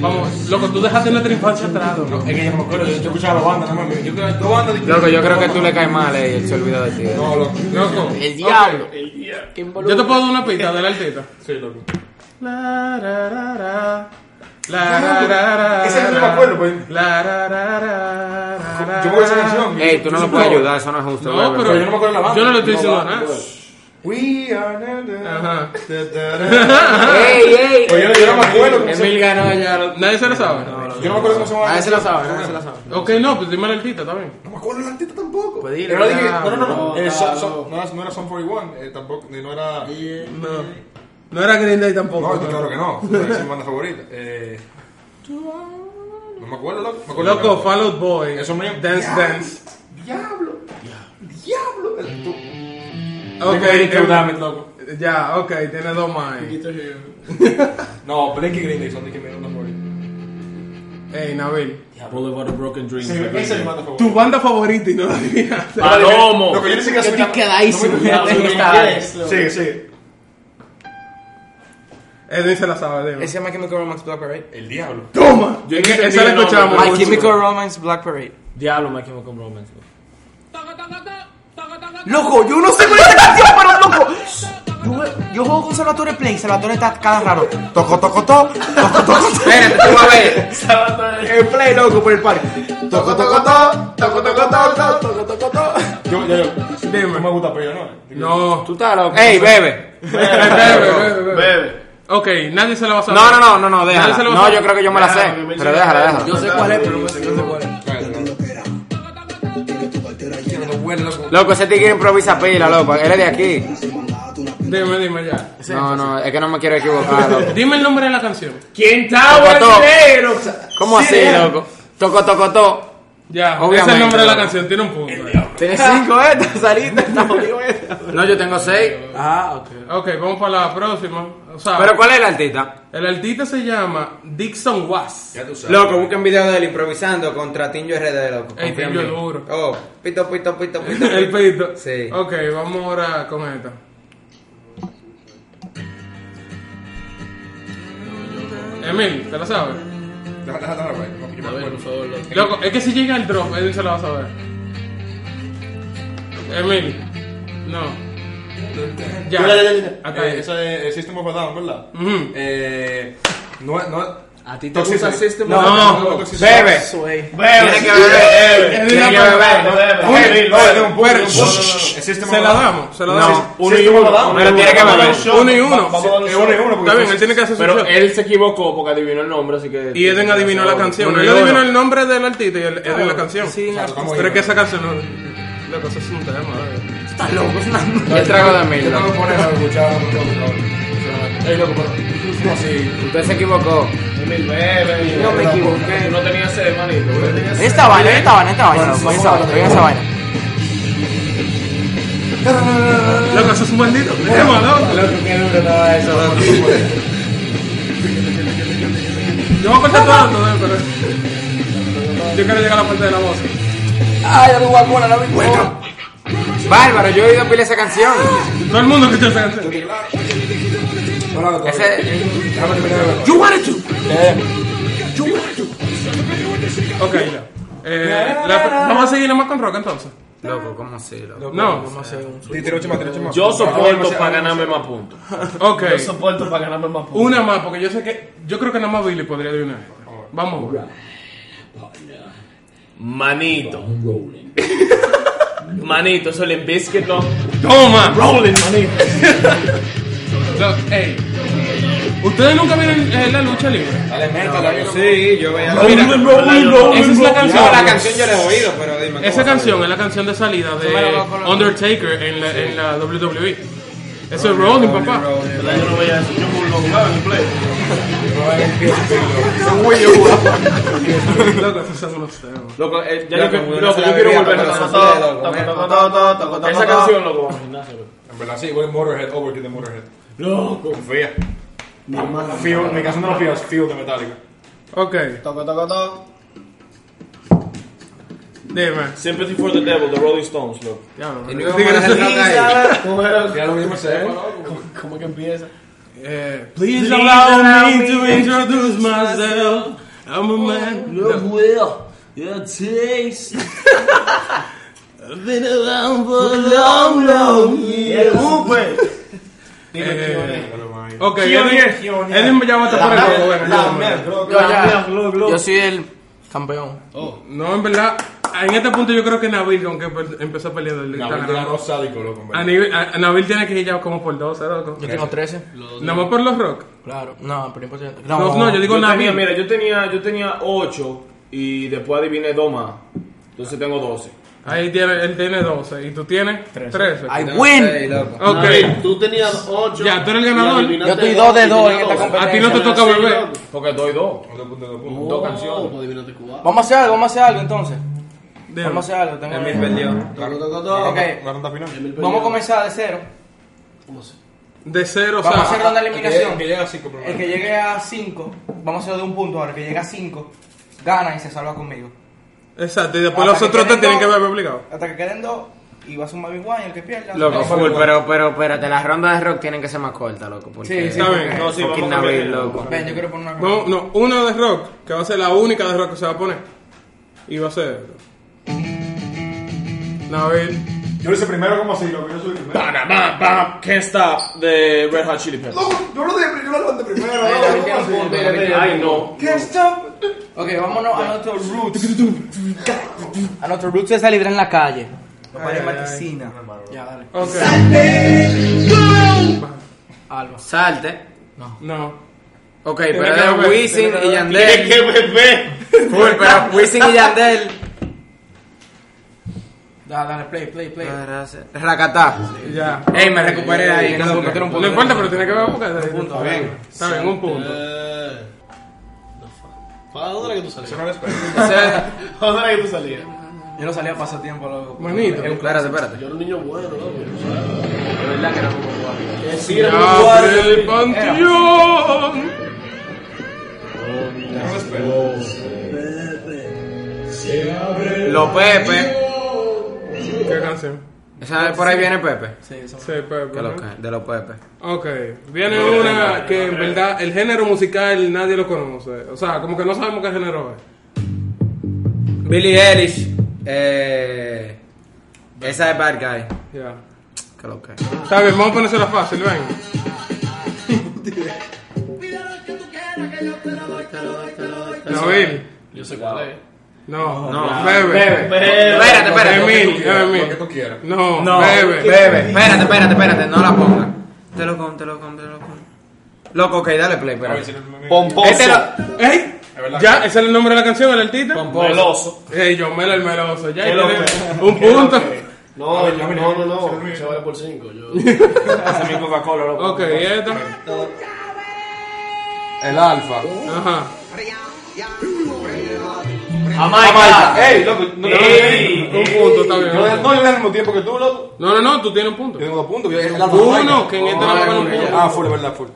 A: Vamos, loco, tú dejaste nuestra infancia atrás, loco.
F: No, es que yo no me acuerdo, yo yo escuchaba banda, no mames. Yo creo que dos bandas distintas.
D: Loco, yo creo que tú le caes mal eh, y él se olvidó de ti. eh.
F: No, loco.
A: Loco,
E: El diablo.
A: yo te puedo dar una pista del artista.
F: Sí, loco.
A: La, ra, ra, ra. La, ra, ra, ra,
F: Ese no me
A: ra.
F: acuerdo, pues.
A: La, ra, ra, ra, ra, ra,
F: Yo voy a esa canción.
D: Ey, tú no lo
F: lo
D: puedes ayudar, eso no es justo.
A: No,
D: bebé.
A: pero
F: yo no me acuerdo la banda.
A: Yo no le estoy
F: No,
A: diciendo
F: va, pues.
A: nada.
F: no puedo. We are
A: Ajá.
D: ¡Ey, ey!
F: Oye, Pues yo no me acuerdo. cómo se-
D: Emil ganó ya.
A: Nadie se lo sabe.
F: Yo no me acuerdo cómo se llama.
D: Ah,
E: Nadie se la sabe, nadie se la sabe.
A: Ok, no, pues dime el artista, está bien.
F: No me acuerdo del artista tampoco.
E: Pues dile,
F: Yo no dije-
E: ya,
F: no, no, no, no.
B: no,
F: Eh,
B: claro.
F: Son- Son- no era- no era Son 41, eh, tampoco, ni no era...
A: No. No era Green Day tampoco.
F: No, claro que no. Es mi banda favorita. Eh, no me acuerdo, loco. Me acuerdo
A: Loco,
F: que-
A: Fall Out Boy.
F: Eso me llama-
A: Dance,
F: Ya.
A: dance.
F: Diablo. Diablo. El- tú-
A: Ok,
F: Breaking
A: em-
F: Damn It, loco.
A: ya, ok, tiene dos más. ahí.
F: No, Breaking Green Day son de que me banda favorita.
A: Ey, Nabil.
C: Boulevard of Broken Dreams.
F: Sí, esa es mi banda
A: Tu
F: favorita.
A: banda favorita y no la adivinaste.
C: ¡Palomo!
F: Lo que yo ni siquiera
E: Yo
F: soy
E: estoy
F: una-
E: quedadísimo,
F: no me-
E: ya,
F: no
E: tengo
F: me-
E: esta-
F: Sigue, sigue.
A: Edwin se la sabe, dime.
E: Ese es My Chemical Romance Black Parade.
F: El diablo.
A: ¡Toma! Es
C: Yo ni
A: que esa
C: entendí
A: la
C: el nombre.
A: escuchamos.
E: My
A: mucho.
E: Chemical Romance Black Parade.
C: Diablo, My Chemical Romance. loco.
E: Loco, yo no sé cuál es esta canción, pero loco. Yo, yo juego con Salvatore Play, Salvatore está cada raro. Toco, toco, toco, toco, toco.
D: Espérate, tú vas a ver.
E: El play, loco, por el parque. Toco, toco, toco, toco, toco, toco, toco, toco, toco.
F: Yo, yo, yo. No me gusta pero ¿no?
A: No.
D: Tú estás loco. ¡Ey, bebe!
A: Bebe, bebe, bebe.
H: Bebe.
A: Ok, nadie se la va a saber.
D: No, no, no, no, no,
A: Nadie
D: déjala.
A: se lo
D: No,
A: sabe.
D: yo creo que yo me la sé. Pero déjala, déjala.
E: Yo sé cuál es, pero no sé no sé cuál es.
D: Loco, ese tigre improvisa pila, loco. Él es de aquí.
A: Dime, dime ya.
D: No, no, es que no me quiero equivocar, loco.
A: Dime el nombre de la canción.
H: ¿Quién está
D: Tocotó.
H: brasileiro?
D: ¿Cómo así, loco? Toco, toco, to.
A: Ya, ese
D: Obviamente,
A: es el nombre de la
D: loco.
A: canción, tiene un punto. ahí.
E: Tienes cinco estas, saliste, está jodido esta.
D: Ah. No, yo tengo seis.
E: Ah, ok.
A: Ok, vamos para la próxima. O sea,
D: ¿Pero cuál es el artista?
A: el artista se llama Dixon Was.
F: Ya tú sabes.
I: Loco, busquen video de él improvisando contra Tinjo RD, loco.
A: Ey,
I: confía en
A: Tinjo
I: mí.
A: duro.
I: Oh, pito, pito, pito, pito.
A: el pedito.
I: Sí.
A: Ok, vamos ahora con esta. Emil, ¿te la sabes?
F: Déjala, déjala, déjala, güey. No, yo me
B: A ver,
F: acuerdo.
B: por favor, loco.
A: Loco, es que si llega el drop, Edwin se la va a saber. Emil, no. Ya,
F: Ya, ya, ya, ya.
A: Hasta
F: Eh,
A: ahí.
F: Esa es el System of a Down, ¿verdad?
A: Ujú.
F: Eh, no, no.
D: ¿A ti
F: te gusta
C: este
F: System
A: of a Down?
D: Bebe.
E: Soy.
D: Tiene que beber.
A: Edwin
D: Tiene que
A: la-
D: beber.
A: Se la damos, se la damos.
C: Uno y uno.
D: Pero tiene que beber.
A: Uno y uno.
F: Vamos a darle
A: Sí,
F: solo.
A: uno y uno, porque Está bien, él tiene que hacer su
C: Pero
A: shot.
C: él se equivocó porque adivinó el nombre, así que...
A: Y Eden adivinó la canción.
C: Uno y
A: Él adivinó
C: uno.
A: el nombre del artista y el- Eden la canción.
E: Sí,
A: Pero es que esa canción no. Loco, eso es un tema. eh. ¿verdad?
I: más, loco. Es una
D: El trago de mil,
H: Yo no
D: loco.
H: me pone a escuchar. no, no, no. Ey, loco, pero. ¿Cómo así?
D: Usted se equivocó.
I: Yo me equivoqué.
B: Tú no tenías sed, manito. tú no tenías sed.
I: Esta vaina, esta vaina, esta vaina. loco, Esa vaina, oigan esa vaina.
A: Loco, eso es un bandito. Tema, loco.
H: Loco, qué duro estaba eso, loco.
A: Yo voy a cortar todo esto, eh, pero. Yo quiero llegar a la parte de la voz.
I: Ay, la guacona, no me encuentro. Bárbaro, yo he oído pila esa canción.
A: Todo el mundo que te hace canción.
H: No,
D: Ah.
H: no, no, no.
I: Ese,
H: Déjame terminar de
I: you wanted to.
A: Ok, ya. Eh, la- vamos a seguir nomás con rock entonces.
D: Loco, ¿cómo así, loco?
A: No,
C: Yo soporto para ganarme más puntos.
A: ok.
B: Yo soporto para ganarme más puntos.
A: Una más, porque yo sé que. Yo creo que nada más Billy podría de una. Vamos.
C: Manito. Manito, eso es biscuit, loco.
A: Toma.
C: Rolling, manito.
A: Lo- ey. Ustedes nunca vieron eh, la lucha libre.
E: Sí, yo veía
A: Mira, esa es la canción.
I: No, la canción yo la he oído, pero dime.
A: Esa canción es la canción de salida de Undertaker en la, en la WWE. Eso es Rolling, papá.
B: ¿Verdad? Yo no veía eso. Yo lo jugaba en el play.
A: Loco, esos son unos temas.
C: Loco, eh, ya yo,
H: Loco,
C: que-
H: muy
C: loco, yo quiero
H: buena sabiduría,
C: volver a esa-
H: papá.
C: Esa
B: Esa
C: canción, loco, vamos al gimnasio, loco.
F: En verdad, sí, igual Motorhead, Overkill de Motorhead.
C: Loco.
F: Confía. Feel, mi canción de los Fields, Feel de Metallica.
A: Ok,
B: Toco, toco, toco.
A: dime.
C: Sympathy for the Devil, The Rolling Stones, loco.
A: Ya, no,
D: Y
A: no.
D: no íbamos a dejar el rock ahí.
B: Mujer,
F: Ya lo mismo sé.
B: ¿Cómo, cómo que empieza?
A: Eh, please allow me to introduce myself. I'm a man. No.
B: will, your taste.
A: I've been around for a long, long years. pues. Eh, Ok, Edwin Edwin ya va a estar por el juego, bueno, ya, bueno.
I: Yo soy el campeón.
A: No, en verdad, en este punto yo creo que Nabil, aunque per- empezó peleando, le está
F: La verdad,
A: ganando.
F: no sádico, loco. en
A: A
F: verdad.
A: nivel- a- a Nabil tiene que ir ya como por 12, loco.
I: Yo tengo 13.
A: Nada más por los rock.
I: Claro. No, pero imposible.
A: No, no, yo digo
C: Yo tenía,
A: Nabil.
C: mira, yo tenía, yo tenía 8 y después adiviné 2 más. Entonces tengo 12.
A: Ahí tiene, él tiene 12 y tú tienes 13.
I: I win.
H: Ey, loco.
A: Ok.
B: Tú tenías 8.
A: Ya, tú eres el ganador.
I: Yo estoy dos de dos en esta
A: A ti no te toca volver.
C: Porque doy 2.
F: Otro punto, otro punto.
C: Dos canciones.
B: Adivínate cuál.
I: Vamos a hacer algo, vamos a hacer algo entonces.
A: Dime.
I: Vamos a hacer algo. Tengo
E: Emil perdió.
I: Ok,
F: La ronda final.
I: vamos a comenzar de cero.
A: De cero, o
I: Vamos a hacer
A: sea.
I: ronda de eliminación.
F: Que llega a 5 primero.
I: El que llegue a 5, vamos a hacerlo de un punto ahora. El que llegue a 5, gana y se salva conmigo.
A: Exacto, y después los
I: Hasta que
A: otros te
I: queden
A: tienen que
I: dos.
A: ver obligados.
I: Hasta que queden dos y va a sumar Big One y el que pierda.
D: Loco, full, pero, pero, espérate, las rondas de rock tienen que ser más cortas, loco. Porque
I: Sí, sí,
A: Está bien.
C: No, sí, vamos
D: fucking
C: a cambiar.
D: Nabil, loco.
I: Ven, yo quiero poner una
A: No, no, una de rock, que va a ser la única de rock que se va a poner. Y va a ser. Nabil.
F: Yo lo hice primero como así, loco. Yo soy primero.
C: Bam, bam, bam, Can't Stop de Red Hot Chili Peppers.
F: Yo lo dije, yo lo levanté primero.
I: Nabil tiene un punto. Nabil.
C: Ay, no.
I: Can't stop. Ok, vámonos a nuestro roots. A nuestro roots es salir en la calle. Papá de Martesina. Ya, dale.
A: Ok.
I: Alba.
D: Salte.
A: No.
D: Ok,
A: que
D: pero de
A: beber, tiene
D: Wisin
A: que
D: y
C: Tienes
D: Yandel.
C: que beber.
D: Full, pero Wisin y Yandel.
I: Dale, dale, play, play, play.
D: Racatá.
A: Ya.
D: Ey, me recuperé de ahí.
I: Loco, tú eres un
A: No importa, pero tiene que ver porque está bien. Está bien, un punto.
B: Eh, no fue. ¿Para dónde era que tú salías?
D: Ese-
B: ¿Para dónde era que tú salías?
I: Yo no salía a pasatiempo, loco.
A: Manito.
D: Espérate, espérate.
B: Yo era un niño bueno, loco.
A: Abre el panteón.
D: Lo Pepe.
A: ¿Qué canción?
D: ¿Sabes por ahí viene Pepe?
I: Sí, eso.
A: Sí, Pepe.
D: Que
A: ¿no?
D: lo que- De los Pepe.
A: Ok, viene una que en verdad el género musical nadie lo conoce. O sea, como que no sabemos qué género es.
D: Billy Eilish. Eh, esa es Bad Guy.
A: Ya.
D: Que lo que.
A: Está bien, vamos a ponérsela fácil, ven. Nabil.
B: Yo sé cuál es.
A: No, no, bebe.
D: Espérate, espérate.
A: Emil,
F: Lo que
A: Emil.
F: tú quieras.
A: Eh, No,
D: No,
A: bebe.
D: bebe. Espérate, espérate, espérate. No la ponga. Te lo con, te lo con, te lo con. Loco, ok, dale play, espérate.
C: Pomposo.
D: Este lo.
A: ¡Ey! Ya, ese es el nombre de la canción, el artista.
C: Pomposo.
A: Ey, yo melo el meloso. Ya,
C: Qué
A: ya,
C: loco.
A: ya. un punto.
B: No,
F: A ver, a ver,
B: no, no,
F: se lo
B: no.
F: olvidó.
B: Se vaya por 5. Yo...
C: Hace mi Coca-Cola, loco.
M: Ok, ¿y esta?
F: El alfa.
M: Ajá.
F: Jamaica. Ah, Ey, loco, no
M: Ey,
F: no,
M: un
F: no,
M: punto, está bien.
F: no, no, yo le al mismo tiempo que tú, loco.
M: No, no, no, tú tienes un punto.
F: Yo tengo dos puntos. yo- el alfa
M: Uno,
F: Jamaica.
M: que en esta no me van un punto.
F: Ah, full, es verdad, full.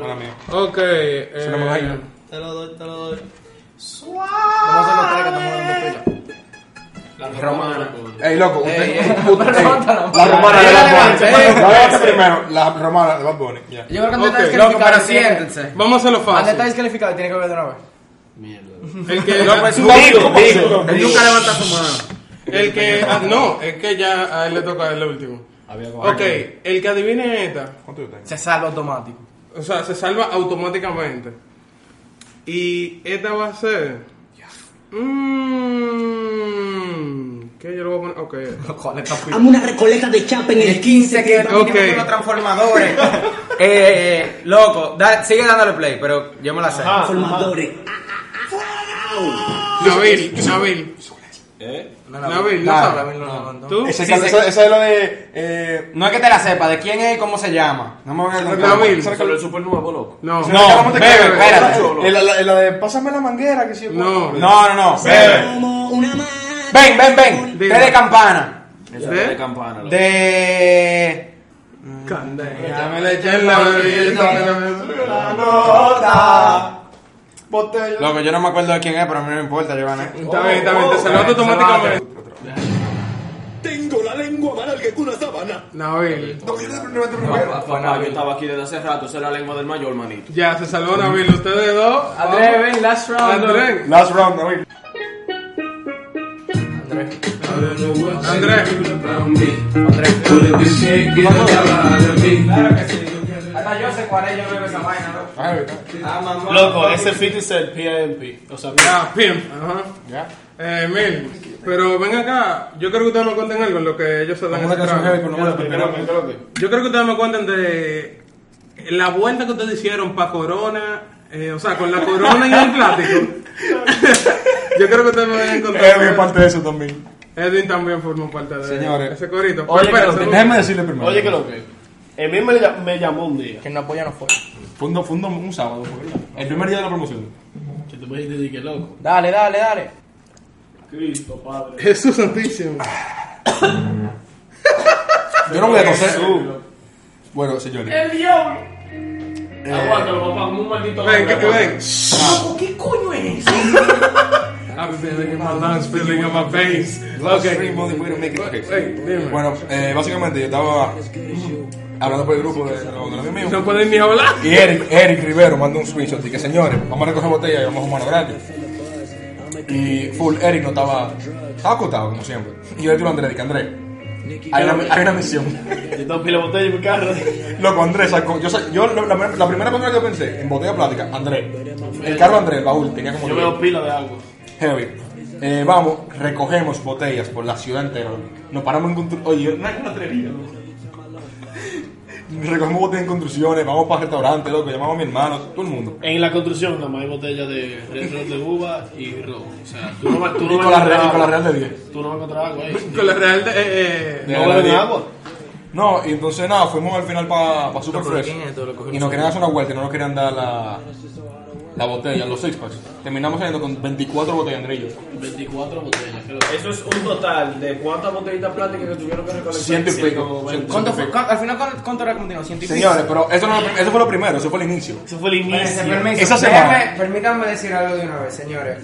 F: Mala mía.
M: Ok,
F: no me
M: eh,
F: vayan.
B: Te lo doy, te lo doy.
D: Vamos a hacer los tres que estamos dando pila.
B: La
F: Romana. Ey, loco,
D: Eh,
F: usted. usted- ey,
D: La romana de
F: la
D: la
F: romana. La voy a hacer primero. La romana de Bad Bunny.
D: Yo
F: ya.
D: creo que antes
M: Ok,
D: está descalificado.
M: loco,
D: pero
N: siéntense.
M: vamos a hacerlo
D: Antes está
M: fácil.
D: descalificado y tiene que beber de una vez.
B: Mierda.
M: El que,
F: Digo, digo.
M: él nunca levanta su mano.
A: El que. ah, no, es que ya a él le toca el último. Ok, el que adivine esta,
F: ¿Cuánto yo tengo?
D: Se salva automático.
A: o sea, se salva automáticamente. Y esta va a ser. Mmm. ¿Qué yo le voy a poner? Ok.
D: Joder, está fui-
H: Hazme una recolecta de chapa en el 15 que...
A: Ok.
N: Los transformadores.
M: Eh, eh, eh, loco, da- sigue dándole play, pero yo me la sé.
H: Formadores.
A: Nabil, Nabil.
F: ¿Eh?
A: Nabil, no
N: Claro,
A: sabes.
N: Nabil no levantó.
A: ¿Tú?
F: Ese
N: Sí,
F: ese-
N: sí.
F: ese es lo de. eh,
N: No es que te la sepa, de quién es y cómo se llama. No me voy a
A: Nabil.
C: Solo el super nuevo, loco.
A: No,
F: No,
A: Bebe,
F: bebe,
A: bebe.
F: espérate. El- La la de pásame la manguera que sí.
A: No.
N: No, no, no. Bebe.
H: Como una madre.
N: Ven, ven, ven.
A: Dime.
N: Té de campana.
A: ¿Eh?
C: campana, loco.
N: De.
A: Ya me le eché en la bebida.
N: Nota. Loco, yo no me acuerdo de quién es, pero a mí no me importa, yo gané.
A: Está bien, está bien, te salvó automáticamente.
O: Tengo la lengua más larga que una sábana.
A: Nabil.
C: Papá, yo estaba aquí desde hace rato. Esa es la lengua del mayor, manito.
A: Ya, se salvó Nabil. Ustedes dos.
D: Andrés,
N: Oh.
D: ven, last round.
A: Andrés.
F: Last round, Nabil.
A: Andrés.
N: Hasta yo sé cuál es, yo bebo esa vaina, loco. Ah, mamá.
B: Loco, ese fit es el PIMP. O sea,
A: Ah, bien. Ajá.
F: Ya.
A: Eh, Mil. Pero ven acá. Yo creo que ustedes me cuenten algo en lo que ellos se dan ese trago. Yo creo que ustedes me cuenten de la vuelta que ustedes hicieron para Corona, eh, o sea, con la Corona y el plástico. Yo creo que ustedes me van a encontrar.
F: Edwin es parte de eso también.
A: Edwin también formó parte de
F: Señores.
A: ese corito.
B: Oye,
A: Pero,
B: que lo
A: espera,
B: tenemos.
F: Déjeme decirle primero.
B: Oye, que lo que. El mismo me, llam- me llamó un día.
D: Que no apoya no fue.
F: Fue un, fue un, dom- un sábado, fue, ¿verdad? El primer día de la promoción.
B: Que te puedes decir que loco.
D: Dale, dale, dale.
B: Cristo, padre.
A: Jesús Santísimo.
F: Yo no voy a toser. Bueno, señores.
B: El diablo. Aguántalo, papá, como un maldito.
A: Ven, que
B: hombre,
A: te
B: aguántalo.
A: ven.
F: Ah.
A: ¿Qué coño es eso? Ah, I'm feeling my lungs, feeling in my face.
F: Stream, only way to make it. Ok.
A: Ey, dime.
F: Bueno, eh, básicamente yo estaba hablando por el grupo de los amigos míos.
A: No pueden ni hablar.
F: Y Eric, Eric Rivero mandó un screenshot y que señores, vamos a recoger botellas y vamos a mano gratis. Y full Eric no estaba, estaba acotado como siempre. Y yo le digo a Andrés, dije Andrés, hay una, hay una misión.
B: Yo tengo pila de botella en mi carro.
F: Loco, Andrés sacó, yo, sa- yo la, la- la primera cosa que yo pensé, en botella plástica, Andrés, el carro de Andrés, el baúl, tenía como
B: Yo
F: diez.
B: veo pila de agua.
F: Heavy. Eh, vamos, recogemos botellas por la ciudad entera. Nos paramos en construcciones. Oye, no hay una atrevido. Recogemos botellas en construcciones, vamos para restaurantes, loco, llamamos a mi hermano, todo el mundo.
B: En la construcción nada más hay botellas de Red Rock de uva y rojo. O sea, tú no, vas- tú
F: Y
B: no
F: con
B: vas a
F: la, Real- y con la
B: encontrar
F: Real
B: agua.
F: de 10.
B: Tú no vas a encontrar agua ahí.
A: Con la real de. eh, eh,
F: De
B: No
F: la
B: beben
F: 10.
B: agua.
F: No, y entonces nada, fuimos al final para pa Super Fresh.
N: ¿quién es esto? Lo cogieron
F: Y nos querían hacer una vuelta y no nos querían dar la, la botella, los six packs. Terminamos saliendo con 24 botellas, Andrillo.
B: 24 botellas, creo. que-
C: Eso es pues, un total de cuántas botellitas plásticas que tuvieron que recolectar.
F: Ciento y pico.
C: Ciento-
D: ¿Cuánto
F: ciento- ciento y
D: fue?
F: pico.
D: ¿Cu- Al final, ¿cuánto- ¿cuánto era como Ciento y pico.
F: Señores, pero eso, no, eso fue lo primero, eso fue el inicio.
B: Eso fue el
D: Espérense,
B: inicio.
D: permiso.
F: Esa semana.
D: Déjenme- permítanme decir algo de una vez, señores.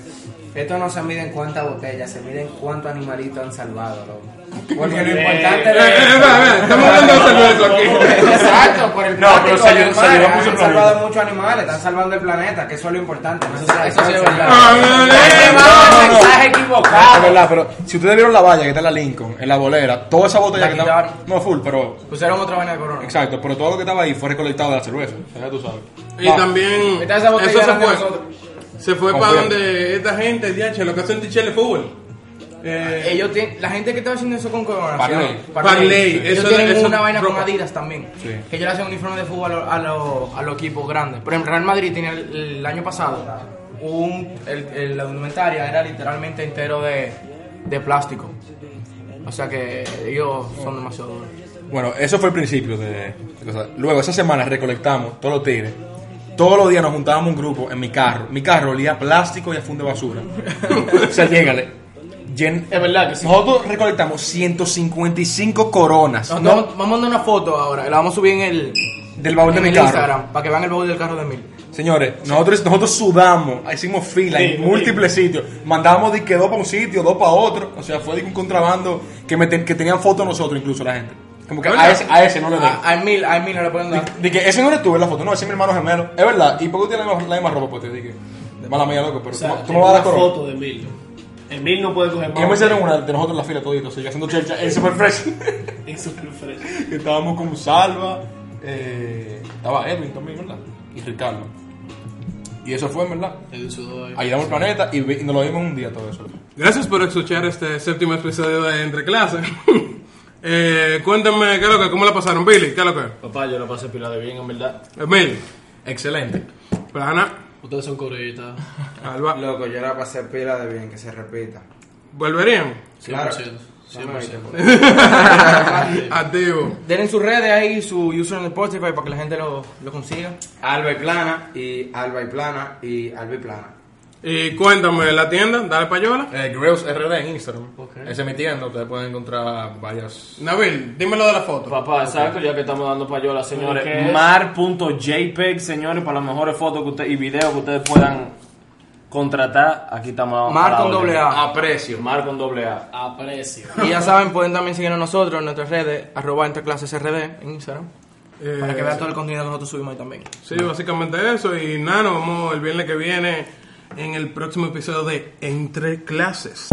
D: Esto no se mide en cuántas botellas, se mide en cuántos animalitos han salvado, loco. Porque lo importante
A: eh, eh,
D: de...
A: espera, espera, Estamos hablando de cerveza aquí.
D: Exacto, por el
F: No, pero
D: plástico
F: se ayudó-
D: del
F: se
D: mar,
F: ayudó mucho el
D: Han
F: planeta.
D: salvado muchos animales, están salvando el planeta, que eso es lo importante. no se sabe cuál es el
A: Ah,
D: plan.
A: no, no,
D: Ese
A: no,
D: man es
F: no,
D: el
F: no.
D: mensaje
F: Es
D: equivocado.
F: verdad, pero si ustedes vieron la valla que está en la Lincoln, en la bolera, toda esa botella
D: La
F: que estaba.
D: quitaron.
F: No, full, pero.
D: Pusieron otra vaina de corona.
F: Exacto, pero todo lo que estaba ahí fue recolectado de la cerveza. Ya tú sabes. Ah,
A: Y
F: Va.
A: también.
D: Esta esa
A: Eso
D: botella
A: se
D: era de
A: fue.
D: nosotros.
A: Se fue para
F: Confía.
A: donde esta gente, diache, lo que hacen tichel de fútbol. Eh,
D: Ellos tienen, la gente que estaba haciendo eso con Corona.
F: Parley.
D: se llama
A: Parley,
D: Ellos
A: eso-
D: tienen
A: eso-
D: una vaina con
A: ropa.
D: Adidas también.
F: Sí.
D: Que ellos le hacen uniforme de fútbol a los a los- a los equipos grandes. Por ejemplo, Real Madrid tenía el, el año pasado un, el, el- la indumentaria era literalmente entero de, de plástico. O sea que ellos son demasiado duros.
F: Bueno, eso fue el principio de, de cosas. Luego, esa semana recolectamos todos los tigres. Todos los días nos juntábamos un grupo en mi carro. Mi carro olía a plástico y a fondo de basura. o sea, llégale. Llen-
B: Es verdad que sí.
F: Nosotros recolectamos 155 coronas
D: Nos-
F: ¿no?
D: Vamos, vamos a mandar una foto ahora. La vamos a subir en el,
F: del baúl de
D: en
F: mi
D: el
F: carro.
D: Instagram para que vean el baúl del carro de Emil.
F: Señores, nosotros, nosotros sudamos, hicimos fila
B: Sí,
F: en múltiples sitios. Mandábamos de que dos para un sitio, dos para otro. O sea, fue de que un contrabando que, me ten- que tenían fotos nosotros, incluso la gente. Como que a ese, a ese no le den.
D: A, a Emil, a Emil no le pueden dar.
F: De que ese no eres tú, es la foto. No, ese es mi hermano gemelo. Es verdad. ¿Y por qué tú tienes la misma, la misma ropa? Pues te dije. Mala mía, loco, pero
B: O sea,
F: tú, tú me vas a dar
B: una
F: corona.
B: foto de Emil. Emil no puede coger
F: Y me hicieron una de nosotros en la fila todito, o sea, haciendo chelcha. El super fresh.
B: Eso es fresco.
F: Que Estábamos con Salva, eh, estaba Edwin también, ¿verdad? Y Ricardo. Y eso fue, ¿verdad?
B: El sudor ahí.
F: Ayudamos el planeta y, vi- y nos lo vimos un día todo eso.
A: Gracias por escuchar este séptimo episodio de Entre Clases. eh, cuéntame, ¿qué es lo que? ¿Cómo la pasaron, Billy? ¿Qué es lo que?
C: Papá, yo la pasé pila de bien, en verdad.
A: Emil,
P: Excelente.
A: Plana,
B: Ustedes son coreistas.
A: Alba,
Q: Loco, yo la pasé pila de bien, que se repita.
A: ¿volverían?
B: 100%.
Q: Claro.
B: 100%.
A: Activo.
D: Den en sus redes ahí su user en Spotify para que la gente lo, lo consiga.
Q: Alba y plana, y alba y plana, y alba y plana.
A: Y cuéntame, ¿la tienda? Dale payola.
P: Eh, Grills RD en Instagram. Esa es mi tienda. Ustedes pueden encontrar varias.
A: Nabil, dímelo de la foto.
C: Papá, exacto, ya que estamos dando payola,
B: ¿Qué
C: señores.
B: es?
C: Mar.jpg, señores, para las mejores fotos que usted, y videos que ustedes puedan contratar. Aquí estamos.
D: Mar
C: a la
D: con
C: orden.
D: doble A.
P: Aprecio.
C: Mar con doble A.
B: Aprecio.
D: Y ya saben, pueden también seguirnos nosotros en nuestras redes, arroba entreclasesrd en Instagram.
A: Eh,
D: Para que vean todo el contenido que nosotros subimos ahí también.
A: Sí, básicamente eso. Y nada, nos vemos el viernes que viene en el próximo episodio de Entre Clases.